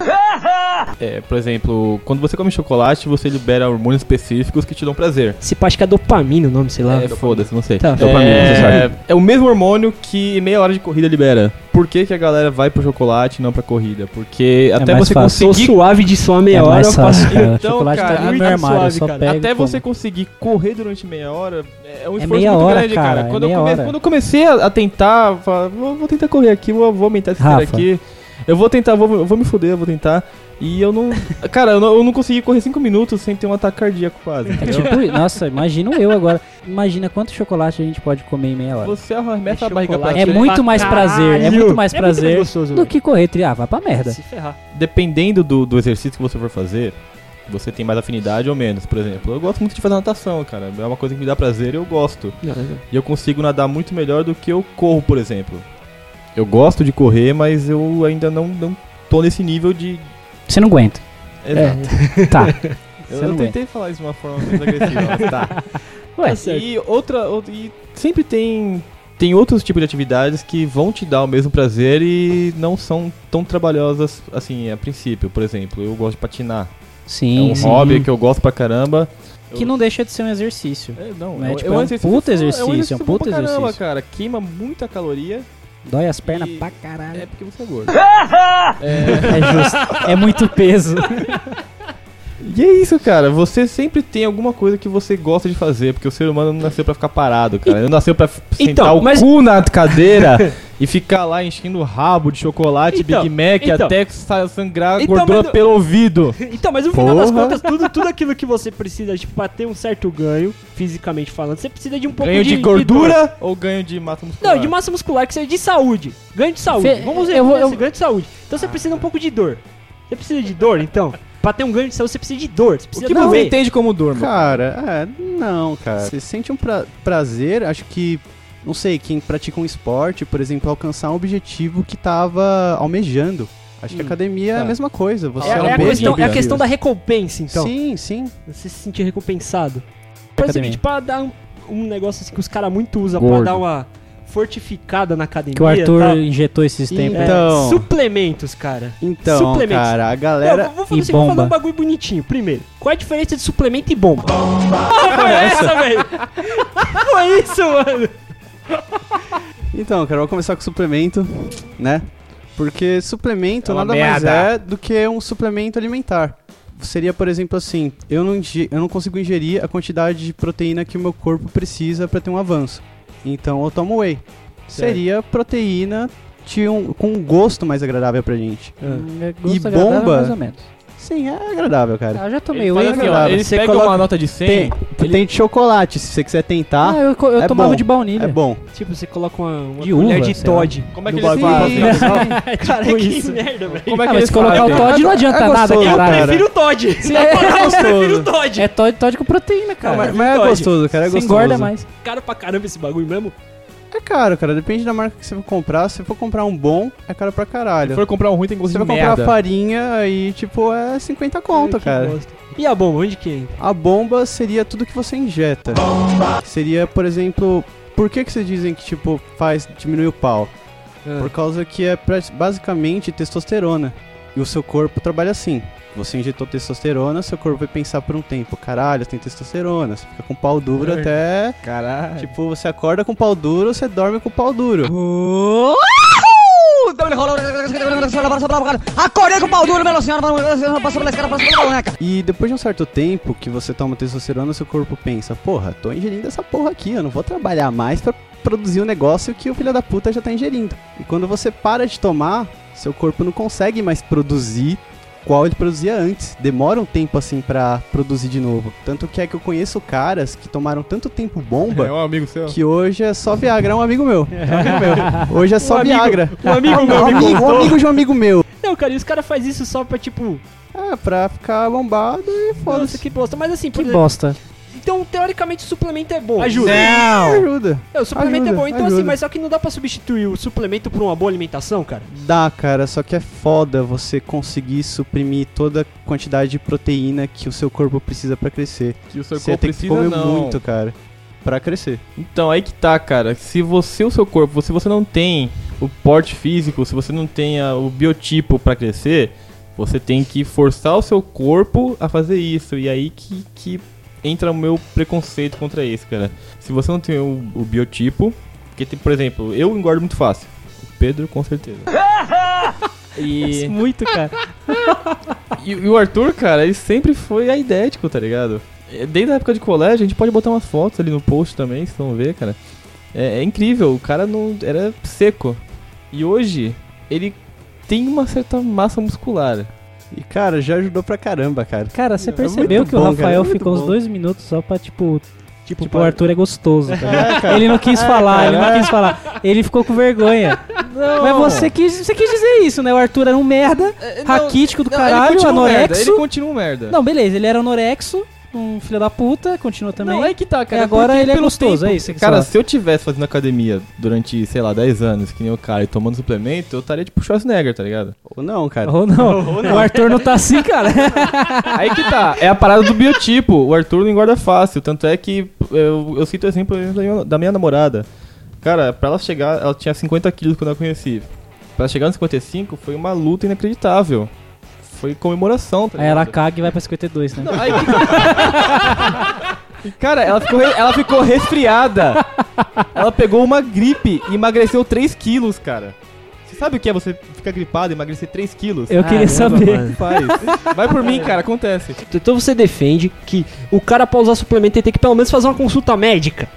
Speaker 3: É, por exemplo, quando você come chocolate, você libera hormônios específicos que te dão prazer.
Speaker 4: Se pá, acho que é dopamina o nome, sei lá.
Speaker 3: É, foda-se, não sei.
Speaker 4: Tá.
Speaker 3: é, é o mesmo hormônio que meia hora de corrida libera. Por que, que a galera vai pro chocolate e não pra corrida? Porque até
Speaker 1: É mais
Speaker 3: você
Speaker 1: fácil.
Speaker 4: Sou
Speaker 3: conseguir.
Speaker 4: suave de suar meia
Speaker 1: é
Speaker 4: hora,
Speaker 1: mais
Speaker 4: eu faço... é
Speaker 1: fácil, cara.
Speaker 3: Então,
Speaker 1: Chocolate
Speaker 3: cara,
Speaker 1: tá no
Speaker 4: muito
Speaker 1: meu armário, eu
Speaker 4: suave,
Speaker 1: só
Speaker 4: cara.
Speaker 1: pego
Speaker 3: Até
Speaker 1: e como.
Speaker 3: você conseguir correr durante meia hora é um
Speaker 1: É
Speaker 3: esforço
Speaker 1: meia
Speaker 3: muito
Speaker 1: hora,
Speaker 3: grande,
Speaker 1: cara,
Speaker 3: cara.
Speaker 1: é
Speaker 3: Quando, eu
Speaker 1: meia
Speaker 3: come-
Speaker 1: hora.
Speaker 3: quando eu comecei a, a tentar, eu falava, vou, vou tentar correr aqui, vou, vou aumentar esse cara
Speaker 1: Rafa.
Speaker 3: aqui. Eu vou tentar, vou, eu vou me fuder, eu vou tentar. E eu não. *laughs* cara, eu não, eu não consegui correr 5 minutos sem ter um ataque cardíaco
Speaker 1: *laughs*
Speaker 3: quase.
Speaker 1: É
Speaker 3: entendeu?
Speaker 1: tipo, nossa, imagina eu agora. Imagina quanto chocolate a gente pode comer em meia hora.
Speaker 3: Você arremessa
Speaker 4: É
Speaker 3: a barriga pra
Speaker 4: chocolate,
Speaker 1: É
Speaker 3: frente.
Speaker 1: muito mais prazer, é
Speaker 4: Caralho!
Speaker 1: muito mais
Speaker 4: É muito mais
Speaker 1: prazer
Speaker 4: gostoso,
Speaker 1: do
Speaker 4: velho.
Speaker 1: que correr tri. Ah, vai pra merda.
Speaker 4: Se ferrar.
Speaker 3: dependendo do, do exercício que você for fazer, você tem mais afinidade ou menos. Por exemplo, eu gosto muito de fazer natação, cara. É uma coisa que me dá prazer e eu gosto. E eu consigo nadar muito melhor do que eu corro, por exemplo. Eu gosto de correr, mas eu ainda não, não tô nesse nível de.
Speaker 1: Você não aguenta.
Speaker 3: Exato.
Speaker 1: Tá.
Speaker 3: eu
Speaker 1: você
Speaker 3: eu
Speaker 1: não
Speaker 3: tentei falar isso de uma forma menos agressiva, mas tá.
Speaker 1: Ué,
Speaker 4: Tá certo.
Speaker 3: E outra, outra- e sempre tem tem outros tipos de atividades que vão te dar o mesmo prazer e não são tão trabalhosas assim a princípio. Por exemplo, eu gosto de patinar.
Speaker 1: Sim,
Speaker 3: é um
Speaker 1: sim.
Speaker 3: hobby que eu gosto pra caramba.
Speaker 1: Que não deixa de ser um exercício.
Speaker 3: É, não,
Speaker 1: É, tipo, é um puta exercício, é um
Speaker 3: bom pra
Speaker 1: puta
Speaker 3: caramba,
Speaker 1: exercício.
Speaker 3: cara. Queima muita caloria.
Speaker 1: Dói as pernas
Speaker 3: E-
Speaker 1: pra caralho.
Speaker 3: *laughs* É porque você é gordo.
Speaker 1: É justo. É muito peso.
Speaker 3: E é isso, cara. Você sempre tem alguma coisa que você gosta de fazer, porque o ser humano não nasceu pra ficar parado, cara. Ele nasceu pra f-
Speaker 4: Então,
Speaker 3: sentar o
Speaker 4: mas-
Speaker 3: cu na cadeira *laughs* e ficar lá enchendo o rabo de chocolate,
Speaker 4: Então,
Speaker 3: Big Mac,
Speaker 4: então.
Speaker 3: até sa- sangrar
Speaker 4: Então,
Speaker 3: gordura
Speaker 4: mas-
Speaker 3: pelo ouvido.
Speaker 4: Então, mas no final das
Speaker 2: Porra.
Speaker 4: contas, tudo, tudo aquilo que você precisa, tipo, pra ter um certo ganho, fisicamente falando, você precisa de um pouco
Speaker 3: Ganho de
Speaker 4: de...
Speaker 3: gordura ou ganho de massa muscular?
Speaker 4: Não, de massa muscular que seja de saúde. Ganho de saúde.
Speaker 1: Ah. Fe-
Speaker 4: Vamos ver,
Speaker 1: eu vou-
Speaker 4: vamos ver esse
Speaker 1: eu-
Speaker 4: ganho de saúde. Então você precisa um pouco de dor. Você precisa de dor, então? Pra ter um ganho de saúde, você precisa de dor. Você
Speaker 3: O
Speaker 4: precisa
Speaker 3: que
Speaker 4: doer.
Speaker 3: você entende como dor, meu?
Speaker 2: Cara, é, não, cara. Você sente um pra- prazer, acho que, não sei, quem pratica um esporte, por exemplo, alcançar um objetivo que tava almejando. Acho que academia é a
Speaker 3: Tá.
Speaker 2: mesma coisa. Você
Speaker 4: Hum. É,
Speaker 2: é, um
Speaker 4: é a
Speaker 2: besta
Speaker 4: questão, é a
Speaker 2: objetivo.
Speaker 4: questão da recompensa, então.
Speaker 2: Sim, sim.
Speaker 4: Você se sentir recompensado. Faz o
Speaker 1: Academia.
Speaker 4: seguinte, pra dar um, um negócio assim que os caras muito usam pra
Speaker 1: Gordo.
Speaker 4: dar uma fortificada na academia.
Speaker 1: Que o Arthur
Speaker 4: tá?
Speaker 1: injetou esses tempos.
Speaker 4: É,
Speaker 1: aí.
Speaker 2: Então.
Speaker 4: suplementos, cara.
Speaker 2: Então,
Speaker 4: Suplementos.
Speaker 2: cara, a
Speaker 4: Não,
Speaker 2: galera.
Speaker 4: vou, vou,
Speaker 1: e
Speaker 4: assim, vou falar
Speaker 1: bomba.
Speaker 4: um bagulho bonitinho. Primeiro, qual é a diferença de suplemento e bomba? *laughs* Ah, foi essa, velho? Foi isso, mano.
Speaker 2: Então, cara, eu vou começar com suplemento, né? Porque suplemento
Speaker 4: É uma
Speaker 2: nada mais
Speaker 4: merda.
Speaker 2: é do que um suplemento alimentar. Seria, por exemplo, assim, eu não, inge- eu não consigo ingerir a quantidade de proteína que o meu corpo precisa pra ter um avanço. Então eu tomo whey. Seria proteína de um- com um gosto mais agradável pra gente.
Speaker 1: É
Speaker 2: E
Speaker 1: gosto agradável,
Speaker 2: bomba?
Speaker 1: Mais ou menos.
Speaker 2: Sim, é agradável, cara.
Speaker 1: Ah, eu já tomei
Speaker 3: Ele,
Speaker 1: whey.
Speaker 3: faz assim, ó,
Speaker 1: agradável.
Speaker 3: ele
Speaker 1: Você
Speaker 3: pega
Speaker 1: coloca-
Speaker 3: uma nota de 100,
Speaker 2: Tem,
Speaker 3: ele-
Speaker 2: tem de chocolate, se você quiser tentar.
Speaker 1: Ah, eu, co- eu
Speaker 2: É
Speaker 1: tomava
Speaker 2: bom.
Speaker 1: de baunilha.
Speaker 2: é bom.
Speaker 4: Tipo, você coloca uma, uma
Speaker 1: De
Speaker 4: colher
Speaker 1: uva,
Speaker 4: de
Speaker 1: sei lá.
Speaker 4: Todd.
Speaker 3: Como é que
Speaker 2: No
Speaker 3: eles
Speaker 2: bagulho.
Speaker 3: fazem?
Speaker 2: Sim.
Speaker 4: *laughs* Cara,
Speaker 1: Tipo
Speaker 4: que
Speaker 1: isso.
Speaker 4: merda, velho.
Speaker 3: Como é
Speaker 1: Ah,
Speaker 3: que
Speaker 1: mas
Speaker 3: eles
Speaker 1: colocar
Speaker 3: fazem?
Speaker 1: o Todd não
Speaker 2: É
Speaker 1: adianta
Speaker 2: gostoso,
Speaker 1: nada,
Speaker 2: cara.
Speaker 4: Eu
Speaker 1: caralho.
Speaker 4: prefiro o Todd.
Speaker 1: Sim,
Speaker 4: Na
Speaker 1: é
Speaker 4: moral, eu
Speaker 1: gostoso.
Speaker 4: prefiro o Todd.
Speaker 1: É Todd, Todd com proteína,
Speaker 2: Ah,
Speaker 1: cara.
Speaker 2: mas, mas é
Speaker 4: Todd.
Speaker 2: gostoso, cara. É
Speaker 1: Você
Speaker 2: gostoso.
Speaker 1: engorda mais.
Speaker 4: Caro pra caramba esse bagulho mesmo.
Speaker 2: É caro, cara. Depende da marca que você for comprar. Se for comprar um bom, é caro pra
Speaker 3: Se
Speaker 2: caralho.
Speaker 3: for comprar um ruim, tem gosto
Speaker 2: Você
Speaker 3: de
Speaker 2: vai comprar
Speaker 3: merda.
Speaker 2: farinha aí, tipo, é 50 conto,
Speaker 4: Ai, que
Speaker 2: cara.
Speaker 4: bosta. E a bomba, onde que entra?
Speaker 2: A bomba seria tudo que você injeta. Seria, por exemplo, por que que vocês dizem que, tipo, faz diminuir o pau?
Speaker 4: Ah.
Speaker 2: Por causa que é pra- basicamente testosterona. E o seu corpo trabalha assim. Você injetou testosterona, seu corpo vai pensar por um tempo. Caralho, tem testosterona. Você fica com pau duro
Speaker 3: Ai.
Speaker 2: até.
Speaker 3: Caralho.
Speaker 2: Tipo, você acorda com pau duro, você dorme com pau duro.
Speaker 6: Acordei com o pau duro, minha senhora, passou pela escada, passou pela boneca.
Speaker 2: E depois de um certo tempo que você toma testosterona, seu corpo pensa, porra, tô ingerindo essa porra aqui, eu não vou trabalhar mais pra produzir um negócio que o filho da puta já tá ingerindo. E quando você para de tomar, seu corpo não consegue mais produzir qual ele produzia antes. Demora um tempo assim pra produzir de novo. Tanto que é que eu conheço caras que tomaram tanto tempo
Speaker 3: *laughs* É
Speaker 2: bomba
Speaker 3: um amigo seu.
Speaker 2: que hoje é só Viagra, é um amigo meu. É um amigo meu. Hoje é só Viagra.
Speaker 4: Um amigo meu me
Speaker 2: um, amigo, um
Speaker 4: contou.
Speaker 2: amigo de um amigo meu.
Speaker 4: Não, cara, e os caras fazem isso só pra, tipo,
Speaker 2: É, pra ficar bombado e
Speaker 4: nossa,
Speaker 2: foda-se.
Speaker 4: que bosta. Mas assim, por
Speaker 1: Que
Speaker 4: exemplo,
Speaker 1: bosta.
Speaker 4: então, teoricamente, o suplemento é bom. Ajuda.
Speaker 2: Ajuda.
Speaker 4: É, o suplemento
Speaker 2: Ajuda,
Speaker 4: é bom, então
Speaker 2: ajuda.
Speaker 4: assim, mas só que não dá pra substituir o suplemento por uma boa alimentação, cara.
Speaker 2: Dá, cara, só que é foda você conseguir suprimir toda a quantidade de proteína que o seu corpo precisa pra crescer.
Speaker 3: Que o seu
Speaker 2: Você
Speaker 3: corpo
Speaker 2: tem que
Speaker 3: precisa
Speaker 2: comer
Speaker 3: não.
Speaker 2: muito, cara, Pra crescer.
Speaker 3: Então, aí que tá, cara. Se você, o seu corpo, se você não tem o porte físico, se você não tem a- o biotipo pra crescer, você tem que forçar o seu corpo a fazer isso. E aí que, que entra o meu preconceito contra isso, cara. Se você não tem o, o biotipo, porque tem, por exemplo, eu engordo muito fácil. O Pedro, com certeza. E,
Speaker 1: Muito, cara.
Speaker 3: e, e o Arthur, cara, ele sempre foi aidético, tá ligado? É, Desde a época de colégio, a gente pode botar umas fotos ali no post também, vocês vão ver, cara. É, é incrível, o cara não era seco. E hoje, ele tem uma certa massa muscular.
Speaker 2: E, cara, já ajudou pra caramba, cara.
Speaker 1: Cara, você
Speaker 2: É
Speaker 1: percebeu
Speaker 2: muito
Speaker 1: que o
Speaker 2: bom, cara, é
Speaker 1: Rafael
Speaker 2: muito
Speaker 1: ficou uns
Speaker 2: bom.
Speaker 1: dois minutos só pra, tipo,
Speaker 4: Tipo,
Speaker 1: tipo, o Arthur é gostoso, tá ligado?
Speaker 2: É, cara.
Speaker 1: Ele não quis falar, ele não quis falar. Ele ficou com vergonha. Mas você quis, você quis dizer isso, né? O Arthur era um merda, raquítico do caralho,
Speaker 3: merda, Ah, ele
Speaker 1: anorexo.
Speaker 3: continua um merda.
Speaker 1: Não, beleza, ele era anorexo, um filho da puta, continua também.
Speaker 3: Não, é que tá, cara.
Speaker 1: E agora
Speaker 3: porque
Speaker 1: ele é
Speaker 3: pelo
Speaker 1: gostoso,
Speaker 3: tempo-
Speaker 1: é isso que você
Speaker 3: Cara,
Speaker 1: fala.
Speaker 3: se eu tivesse fazendo academia durante, sei lá, 10 anos, que nem o cara, e tomando suplemento, eu estaria tipo Schwarzenegger, tá ligado?
Speaker 2: Ou não, cara.
Speaker 1: Ou não. O Arthur não tá assim, cara.
Speaker 3: Aí que tá, é a parada do biotipo. O Arthur não engorda fácil, tanto é que eu, eu cito o exemplo da minha- da minha namorada. Cara, pra ela chegar, ela tinha 50 quilos quando eu a conheci. Pra ela chegar nos 55 foi uma luta inacreditável. Foi comemoração, tá
Speaker 1: Aí ela
Speaker 3: ligado?
Speaker 1: caga e vai pra 52, né?
Speaker 3: Não, aí que- Cara, ela ficou, re- ela ficou resfriada. Ela pegou uma gripe e emagreceu 3 quilos, cara. Você sabe o que é você ficar gripado e emagrecer 3 quilos?
Speaker 1: Eu queria saber.
Speaker 3: Faz. Vai por mim, cara, acontece.
Speaker 4: Então você defende que o cara pra usar suplemento ele tem que pelo menos fazer uma consulta médica.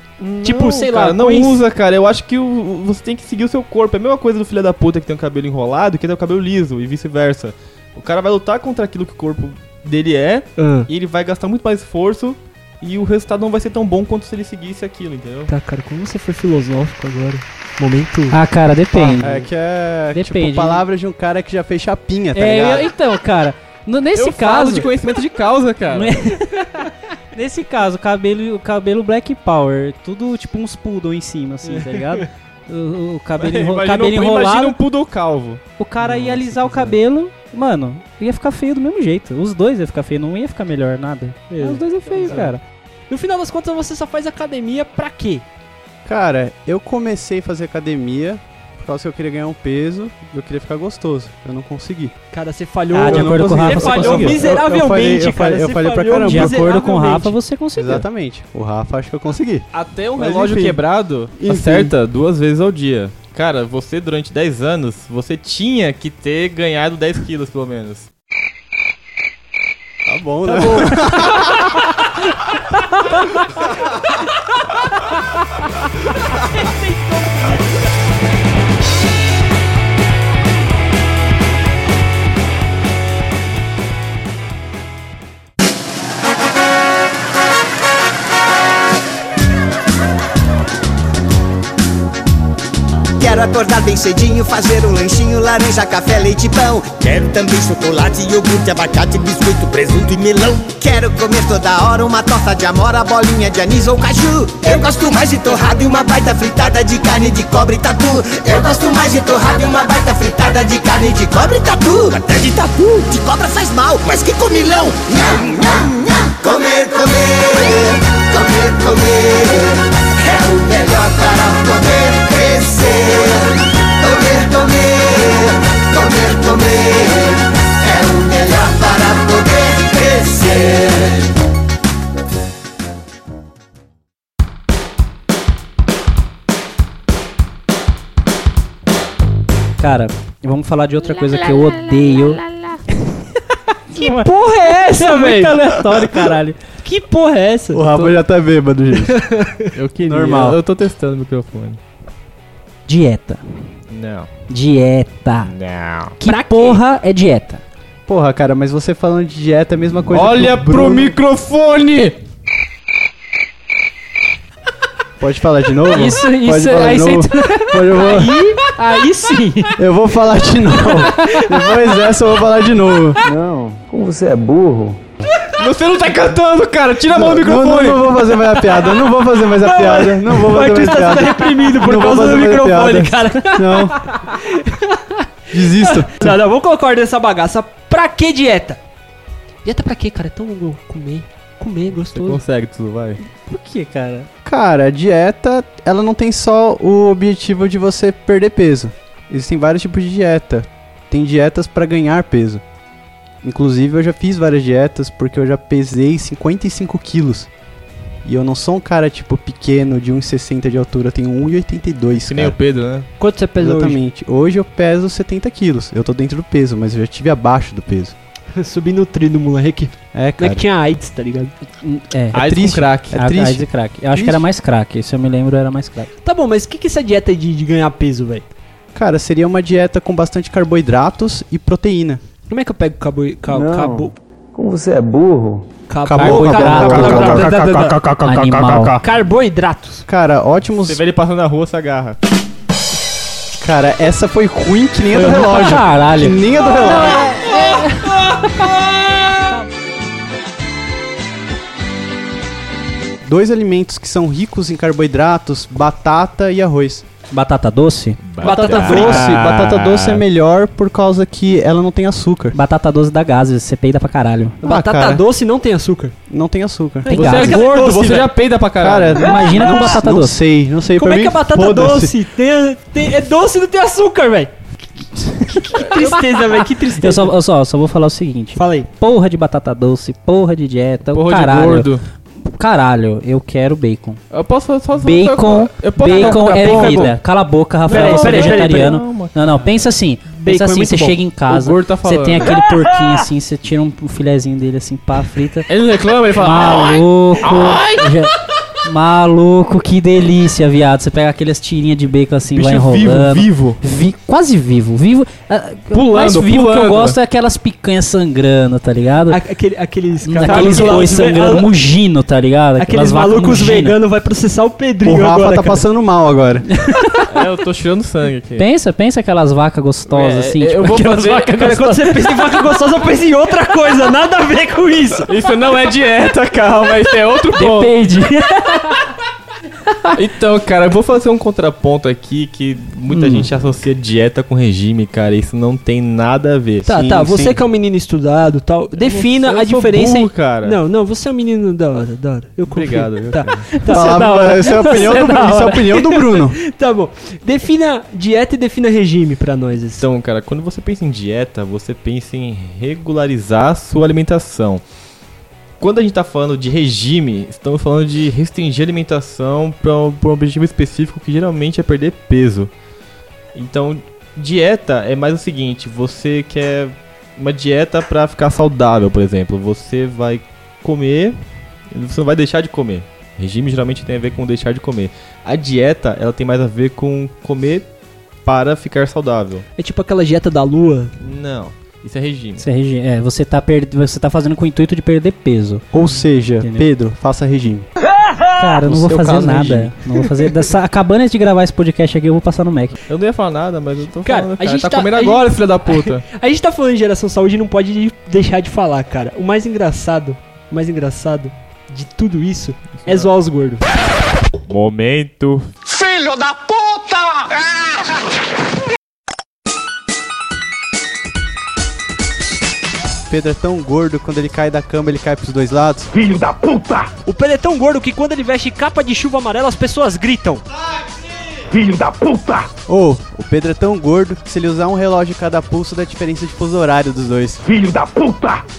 Speaker 4: tipo,
Speaker 3: Não,
Speaker 4: sei
Speaker 3: cara,
Speaker 4: lá,
Speaker 3: não
Speaker 4: conhece-
Speaker 3: usa, cara. Eu acho que o- o- você tem que seguir o seu corpo. É a mesma coisa do filho da puta que tem o cabelo enrolado que tem o cabelo liso e vice-versa. O cara vai lutar contra aquilo que o corpo dele é
Speaker 4: Ah,
Speaker 3: e ele vai gastar muito mais esforço e o resultado não vai ser tão bom quanto se ele seguisse aquilo, entendeu?
Speaker 4: Tá, cara, como você foi filosófico agora? Momento.
Speaker 1: Ah, cara, depende.
Speaker 2: É que é,
Speaker 1: Depende, né?
Speaker 2: tipo, palavras de um cara que já fez chapinha, tá
Speaker 1: É,
Speaker 2: ligado?
Speaker 1: eu- então, cara, no- nesse
Speaker 3: Eu falo
Speaker 1: caso.
Speaker 3: de conhecimento de causa, cara. *laughs*
Speaker 1: Nesse caso, o cabelo, o cabelo Black Power, tudo tipo uns poodle em cima, assim, tá ligado? o, o cabelo, enro-
Speaker 3: *laughs* Imagina
Speaker 1: cabelo
Speaker 3: um- Imagina
Speaker 1: enrolado,
Speaker 3: um poodle calvo.
Speaker 1: o cara ia
Speaker 3: Nossa,
Speaker 1: alisar o
Speaker 3: que bizarro.
Speaker 1: cabelo, mano, ia ficar feio do mesmo jeito. Os dois ia ficar feio, não ia ficar melhor nada. Mas os dois é feio, cara.
Speaker 4: No final das contas, você só faz academia pra quê?
Speaker 2: Cara, eu comecei a fazer academia por causa que eu queria ganhar um peso e eu queria ficar gostoso. Eu não consegui.
Speaker 4: Cara, você falhou.
Speaker 1: Ah, de
Speaker 2: Eu não
Speaker 1: acordo com o Rafa,
Speaker 2: consegui.
Speaker 4: você
Speaker 1: você
Speaker 4: falhou
Speaker 1: conseguiu.
Speaker 2: Eu- eu falei-
Speaker 4: miseravelmente,
Speaker 2: eu
Speaker 4: cara.
Speaker 2: falei- eu
Speaker 4: Você
Speaker 2: falei pra
Speaker 4: falhou
Speaker 2: caramba.
Speaker 1: De acordo com o
Speaker 4: miseravelmente.
Speaker 1: Rafa, você conseguiu.
Speaker 2: Exatamente. O Rafa acho que eu consegui.
Speaker 3: Até um
Speaker 2: Mas
Speaker 3: relógio
Speaker 2: enfim.
Speaker 3: quebrado
Speaker 2: Enfim.
Speaker 3: acerta duas vezes ao dia. Cara, você durante 10 anos, você tinha que ter ganhado 10 quilos, pelo menos.
Speaker 2: Tá bom, né?
Speaker 7: Quero acordar bem cedinho, fazer um lanchinho, laranja, café, leite e pão. Quero também chocolate, iogurte, abacate, biscoito, presunto e melão. Quero comer toda hora uma torta de amora, bolinha de anis ou caju. Eu gosto mais de torrada e uma baita fritada de carne de cobre e tatu. Eu gosto mais de torrada e uma baita fritada de carne de cobre e tatu. Até de tatu, de cobra faz mal, mas que comilão. Nham, nham, nham. Comer, comer, comer, comer. É o melhor para poder crescer. Comer, comer, comer, comer. É o melhor para poder crescer.
Speaker 1: Cara, vamos falar de outra coisa que eu odeio.
Speaker 4: Que porra é essa,
Speaker 1: Muito
Speaker 4: velho?
Speaker 1: aleatório, caralho.
Speaker 4: Que porra é essa?
Speaker 2: O Rafa já tá bêbado, *laughs* gente.
Speaker 3: Eu queria.
Speaker 2: Normal.
Speaker 3: Eu tô testando o microfone.
Speaker 1: Dieta.
Speaker 3: Não.
Speaker 1: Dieta.
Speaker 3: Não.
Speaker 1: Que porra é dieta?
Speaker 2: Porra, cara, mas você falando de dieta é a mesma coisa
Speaker 3: Olha
Speaker 2: que o
Speaker 3: pro
Speaker 2: Bruno-
Speaker 3: microfone!
Speaker 2: Pode falar de novo?
Speaker 4: Isso,
Speaker 2: Pode
Speaker 4: isso,
Speaker 2: falar
Speaker 4: aí
Speaker 2: de
Speaker 4: você
Speaker 2: novo?
Speaker 4: entrou-
Speaker 2: *laughs* Pode- eu, vou,
Speaker 4: Aí sim.
Speaker 2: eu vou falar de novo. Depois dessa eu vou falar de novo.
Speaker 3: Você não tá cantando, cara! Tira a mão do
Speaker 2: Não, não,
Speaker 3: microfone!
Speaker 2: não vou fazer mais a piada. Não vou fazer mais a piada. Não vou
Speaker 4: O
Speaker 2: fazer mais
Speaker 4: artista
Speaker 2: a
Speaker 4: tá
Speaker 2: piada.
Speaker 4: reprimido por
Speaker 2: Não vou
Speaker 4: causa do
Speaker 2: fazer mais
Speaker 4: microfone,
Speaker 2: piada.
Speaker 4: cara.
Speaker 2: Não.
Speaker 3: *laughs*
Speaker 2: Desisto.
Speaker 4: Não, não, vamos colocar ordem nessa bagaça. Pra que dieta? Dieta pra quê, cara? É tão bom comer. Comer, é
Speaker 3: Você
Speaker 4: gostoso.
Speaker 3: consegue, tudo vai.
Speaker 1: Por que, cara?
Speaker 2: Cara, a dieta, ela não tem só o objetivo de você perder peso. Existem vários tipos de dieta. Tem dietas pra ganhar peso. Inclusive, eu já fiz várias dietas porque eu já pesei 55 quilos. E eu não sou um cara, tipo, pequeno, de 1,60 de altura. Eu tenho 1,82,
Speaker 3: Que nem o
Speaker 2: cara.
Speaker 3: Pedro, né?
Speaker 4: Quanto você pesou hoje?
Speaker 2: Exatamente. Hoje? eu peso 70 quilos. Eu tô dentro do peso, mas eu já estive abaixo do peso.
Speaker 3: *laughs*
Speaker 4: Subnutrido, moleque.
Speaker 2: É,
Speaker 4: Como é
Speaker 2: cara.
Speaker 4: que tinha AIDS, tá ligado?
Speaker 1: É.
Speaker 3: AIDS
Speaker 2: triste.
Speaker 3: com crack.
Speaker 2: É
Speaker 1: a-
Speaker 2: triste.
Speaker 1: AIDS e crack. Eu acho que
Speaker 2: Triste.
Speaker 1: era mais crack. Se eu me lembro, era mais crack.
Speaker 4: Tá bom, mas o que que é essa dieta de, de ganhar peso, velho?
Speaker 2: Cara, seria uma dieta com bastante carboidratos e proteína.
Speaker 4: Como é que eu pego cabo... Ca, cabo... Como você é burro?
Speaker 2: Carboidrato.
Speaker 4: Carboidrato.
Speaker 1: Animal.
Speaker 4: Carboidratos.
Speaker 2: Cara, ótimos.
Speaker 3: Você vê ele passando na rua, você agarra.
Speaker 2: Cara, essa foi ruim que nem a do relógio. Que
Speaker 1: Caralho.
Speaker 2: nem a do relógio. Dois alimentos que são ricos em carboidratos, batata e arroz.
Speaker 1: Batata doce?
Speaker 4: Batata
Speaker 2: Batata doce, batata doce é melhor por causa que ela não tem açúcar.
Speaker 1: Batata doce da gases, você peida pra caralho.
Speaker 2: Ah,
Speaker 4: Batata
Speaker 2: cara,
Speaker 4: doce não tem açúcar.
Speaker 2: não tem açúcar.
Speaker 1: Tem
Speaker 3: Você é
Speaker 1: gases.
Speaker 3: gordo,
Speaker 4: doce,
Speaker 3: você
Speaker 4: velho.
Speaker 3: já peida pra
Speaker 2: Cara,
Speaker 3: caralho.
Speaker 1: Imagina com batata
Speaker 2: não
Speaker 1: doce.
Speaker 2: sei, não sei
Speaker 4: Como
Speaker 2: pra
Speaker 4: é
Speaker 2: mim,
Speaker 4: que a batata
Speaker 2: foda-se.
Speaker 4: doce tem, tem- é doce e não tem açúcar, velho? Que tristeza, velho, que tristeza.
Speaker 1: Então, Eu só, eu só, só vou falar o seguinte.
Speaker 4: Falei.
Speaker 1: Porra de batata doce, porra de dieta,
Speaker 3: Porra
Speaker 1: caralho.
Speaker 3: de gordo.
Speaker 1: Caralho, eu quero bacon.
Speaker 3: Eu posso só- só- só-
Speaker 1: Bacon,
Speaker 3: eu posso
Speaker 1: bacon
Speaker 3: dar-
Speaker 1: é
Speaker 3: Bacon
Speaker 1: vida.
Speaker 3: bom.
Speaker 1: Cala a boca, Rafael,
Speaker 4: Peraí,
Speaker 1: você é
Speaker 4: peraí, peraí,
Speaker 1: vegetariano.
Speaker 3: peraí. Calma,
Speaker 1: Não, não, pensa assim. Pensa
Speaker 4: é
Speaker 1: assim,
Speaker 4: muito
Speaker 1: você
Speaker 4: bom.
Speaker 1: chega em casa,
Speaker 3: O gordo tá
Speaker 1: você
Speaker 3: falando.
Speaker 1: tem aquele porquinho assim, você tira um um filezinho dele assim, pá, frita.
Speaker 3: *laughs* Ele não reclama, ele fala. "Ah,
Speaker 1: Maluco! Já- Maluco, que delícia, viado. Você pega aquelas tirinhas de bacon assim, vai
Speaker 3: Bicho vivo,
Speaker 1: enrolando.
Speaker 3: vivo. *laughs*
Speaker 1: Vi- quase vivo, vivo. ah,
Speaker 3: Pulando,
Speaker 1: o mais vivo que
Speaker 3: pulando.
Speaker 1: eu gosto é aquelas picanhas sangrando, tá ligado?
Speaker 4: A- Aquele,
Speaker 8: Hum,
Speaker 4: aqueles cara-
Speaker 1: Aqueles
Speaker 4: aqueles
Speaker 1: bois
Speaker 4: malucos ve-
Speaker 1: sangrando,
Speaker 4: a-
Speaker 1: mugindo, tá ligado?
Speaker 4: ah, Aqueles
Speaker 1: Aquelas vacas
Speaker 4: malucos
Speaker 1: mugindo.
Speaker 4: veganos vai processar o Pedrinho
Speaker 2: O Rafa
Speaker 4: agora,
Speaker 2: tá
Speaker 4: cara.
Speaker 2: passando mal agora.
Speaker 3: É, eu tô tirando sangue aqui.
Speaker 1: Pensa, pensa aquelas vacas gostosas
Speaker 3: É,
Speaker 1: assim.
Speaker 3: eu
Speaker 1: tipo,
Speaker 3: vou
Speaker 1: aquelas
Speaker 3: fazer-
Speaker 1: vacas
Speaker 4: Cara, quando você pensa em vaca gostosa, pensa em outra coisa, nada a ver com isso.
Speaker 3: *laughs* Isso não é dieta, calma, isso é outro ponto.
Speaker 1: Depende.
Speaker 3: Então, cara, eu vou fazer um contraponto aqui que muita
Speaker 1: Hum.
Speaker 3: gente associa dieta com regime, cara. Isso não tem nada a ver.
Speaker 8: Tá,
Speaker 2: Sim,
Speaker 8: tá. Você
Speaker 2: sim.
Speaker 8: que é um menino estudado e tal, defina
Speaker 3: eu
Speaker 8: a
Speaker 3: sou
Speaker 8: diferença.
Speaker 3: burro,
Speaker 8: em-
Speaker 3: cara.
Speaker 8: Não, não, você é um menino da hora, da hora. Eu confio.
Speaker 3: Obrigado, viu,
Speaker 8: Tá,
Speaker 3: cara?
Speaker 8: tá,
Speaker 2: Palavra- Essa é a opinião
Speaker 8: Você é
Speaker 2: do
Speaker 8: da
Speaker 2: Bruno. Isso é a
Speaker 8: hora.
Speaker 2: opinião do Bruno.
Speaker 8: tá bom. Defina dieta e defina regime pra nós. assim.
Speaker 3: Então, cara, quando você pensa em dieta, você pensa em regularizar a sua alimentação. Quando a gente tá falando de regime, estamos falando de restringir a alimentação para um, pra um objetivo específico que geralmente é perder peso. Então, dieta é mais o seguinte, você quer uma dieta para ficar saudável, por exemplo, você vai comer, você não vai deixar de comer. Regime geralmente tem a ver com deixar de comer. A dieta, ela tem mais a ver com comer para ficar saudável.
Speaker 8: É tipo aquela dieta da lua.
Speaker 3: Não, isso é regime.
Speaker 1: *laughs* Você, regi- é, você, tá per- você tá fazendo com o intuito de perder peso.
Speaker 2: Ou seja,
Speaker 1: Entendeu?
Speaker 2: Pedro, faça regime.
Speaker 1: Cara, eu não
Speaker 3: Ah, No
Speaker 1: vou
Speaker 3: seu
Speaker 1: fazer
Speaker 3: caso,
Speaker 1: nada.
Speaker 3: regime.
Speaker 1: Não vou fazer. Dessa, acabando antes de gravar esse podcast aqui, eu vou passar no Mac.
Speaker 3: Eu não ia falar nada, mas eu tô
Speaker 8: Cara,
Speaker 3: falando,
Speaker 8: a
Speaker 3: cara.
Speaker 8: gente
Speaker 3: tá,
Speaker 8: tá-
Speaker 3: comendo
Speaker 8: a gente-
Speaker 3: agora, filha da puta.
Speaker 8: A gente tá falando de geração saúde e não pode de- deixar de falar, cara. O mais engraçado, o mais engraçado de tudo isso é zoar os gordos.
Speaker 3: *laughs* Momento.
Speaker 2: Pedro é tão gordo, quando ele cai da cama, ele cai pros dois lados.
Speaker 4: O Pedro é tão gordo que quando ele veste capa de chuva amarela, as pessoas gritam.
Speaker 2: Ou, o Pedro é tão gordo que se ele usar um relógio em cada pulso, dá diferença de fuso horário dos dois.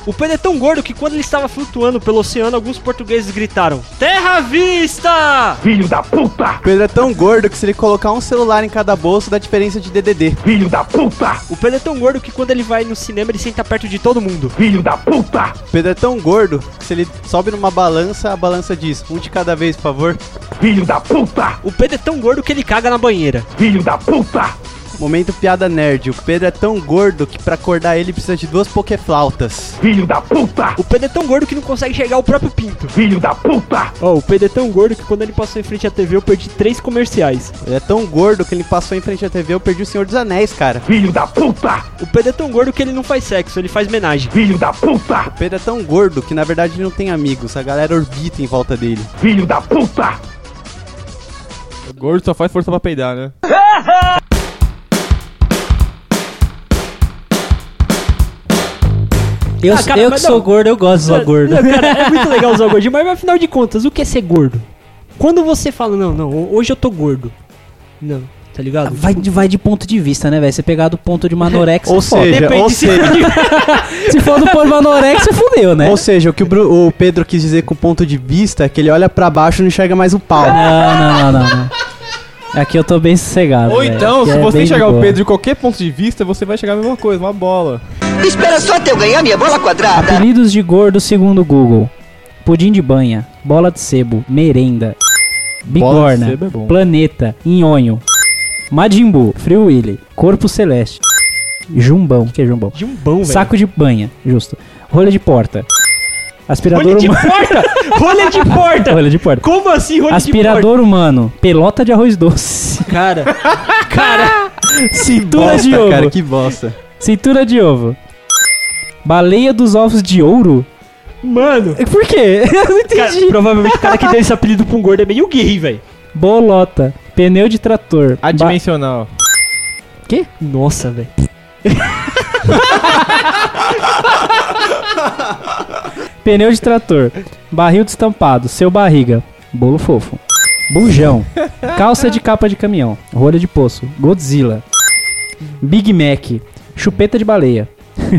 Speaker 4: O Pedro é tão gordo que quando ele estava flutuando pelo oceano, alguns portugueses gritaram: Terra à vista!
Speaker 2: O Pedro é tão gordo que se ele colocar um celular em cada bolso, dá diferença de DDD.
Speaker 4: O Pedro é tão gordo que quando ele vai no cinema, ele senta perto de todo mundo.
Speaker 2: O Pedro é tão gordo que se ele sobe numa balança, a balança diz, um de cada vez, por favor.
Speaker 4: O Pedro é tão gordo que ele caga na banheira.
Speaker 2: Momento piada nerd. O Pedro é tão gordo que pra acordar ele precisa de duas pokéflautas.
Speaker 4: O Pedro é tão gordo que não consegue enxergar o próprio pinto.
Speaker 8: Ó, o Pedro é tão gordo que quando ele passou em frente à TV eu perdi três comerciais.
Speaker 2: Ele é tão gordo que ele passou em frente à TV, eu perdi o Senhor dos Anéis, cara.
Speaker 4: O Pedro é tão gordo que ele não faz sexo, ele faz homenagem.
Speaker 2: O Pedro é tão gordo que na verdade ele não tem amigos, a galera orbita em volta dele.
Speaker 3: Gordo só faz força pra peidar, né?
Speaker 1: Eu,
Speaker 8: Ah, cara,
Speaker 1: eu que
Speaker 8: mas
Speaker 1: sou
Speaker 8: não.
Speaker 1: gordo, eu gosto de zoar gordo.
Speaker 8: Não, cara, é muito legal usar o gordinho, mas afinal de contas, o que é ser gordo? Quando você fala, não, não, ho- hoje eu tô gordo. Não, tá ligado?
Speaker 1: Vai, de- vai de ponto de vista, né, velho? Você pegar do ponto de uma anorexia,
Speaker 2: Ou
Speaker 1: foda.
Speaker 2: seja, ou
Speaker 4: *laughs*
Speaker 2: seja,
Speaker 1: Se for do ponto de uma anorexia, fudeu, né?
Speaker 2: ou seja, o que o, Bru- o Pedro quis dizer com o ponto de vista é que ele olha pra baixo e não enxerga mais o pau.
Speaker 1: Não, não, não, não, não. Aqui eu tô bem sossegado.
Speaker 3: Ou
Speaker 1: velho.
Speaker 3: então,
Speaker 1: Aqui
Speaker 3: se
Speaker 1: é
Speaker 3: você
Speaker 1: bem de
Speaker 3: enxergar o
Speaker 1: boa.
Speaker 3: Pedro de qualquer ponto de vista, você vai chegar a mesma coisa, uma bola.
Speaker 6: Espera só até eu ganhar minha bola quadrada.
Speaker 1: Apelidos de gordo segundo o Google: pudim de banha, bola de sebo, merenda,
Speaker 3: Bola de
Speaker 1: bigorna,
Speaker 3: sebo é bom.
Speaker 1: planeta, nhonho, Majin Buu, Free Willy, corpo celeste, jumbão, que é jumbão,
Speaker 8: De um bom, velho.
Speaker 1: saco de banha, justo, rolha de porta, aspirador
Speaker 8: de
Speaker 1: humano,
Speaker 8: porta! Rolha de porta!
Speaker 1: *laughs* rolha de porta,
Speaker 8: Como assim, rolha de porta?
Speaker 1: aspirador humano, pelota de arroz
Speaker 4: *laughs*
Speaker 1: doce,
Speaker 8: Cara, cara,
Speaker 1: cintura de
Speaker 2: Bosta,
Speaker 1: ovo,
Speaker 2: cara, que bosta.
Speaker 1: cintura de ovo, baleia dos ovos de ouro.
Speaker 8: mano.
Speaker 1: Por quê? *laughs* Eu não
Speaker 8: Cara,
Speaker 1: entendi.
Speaker 8: provavelmente o cara que deu esse apelido pra um gordo é meio gay, velho.
Speaker 1: Bolota, pneu de trator, ba-
Speaker 3: Adimensional.
Speaker 8: Nossa, velho.
Speaker 1: Pneu de trator, barril de estampado, seu barriga, bolo fofo, bujão, calça de capa de caminhão, rolha de poço, Godzilla, Big Mac, chupeta de baleia,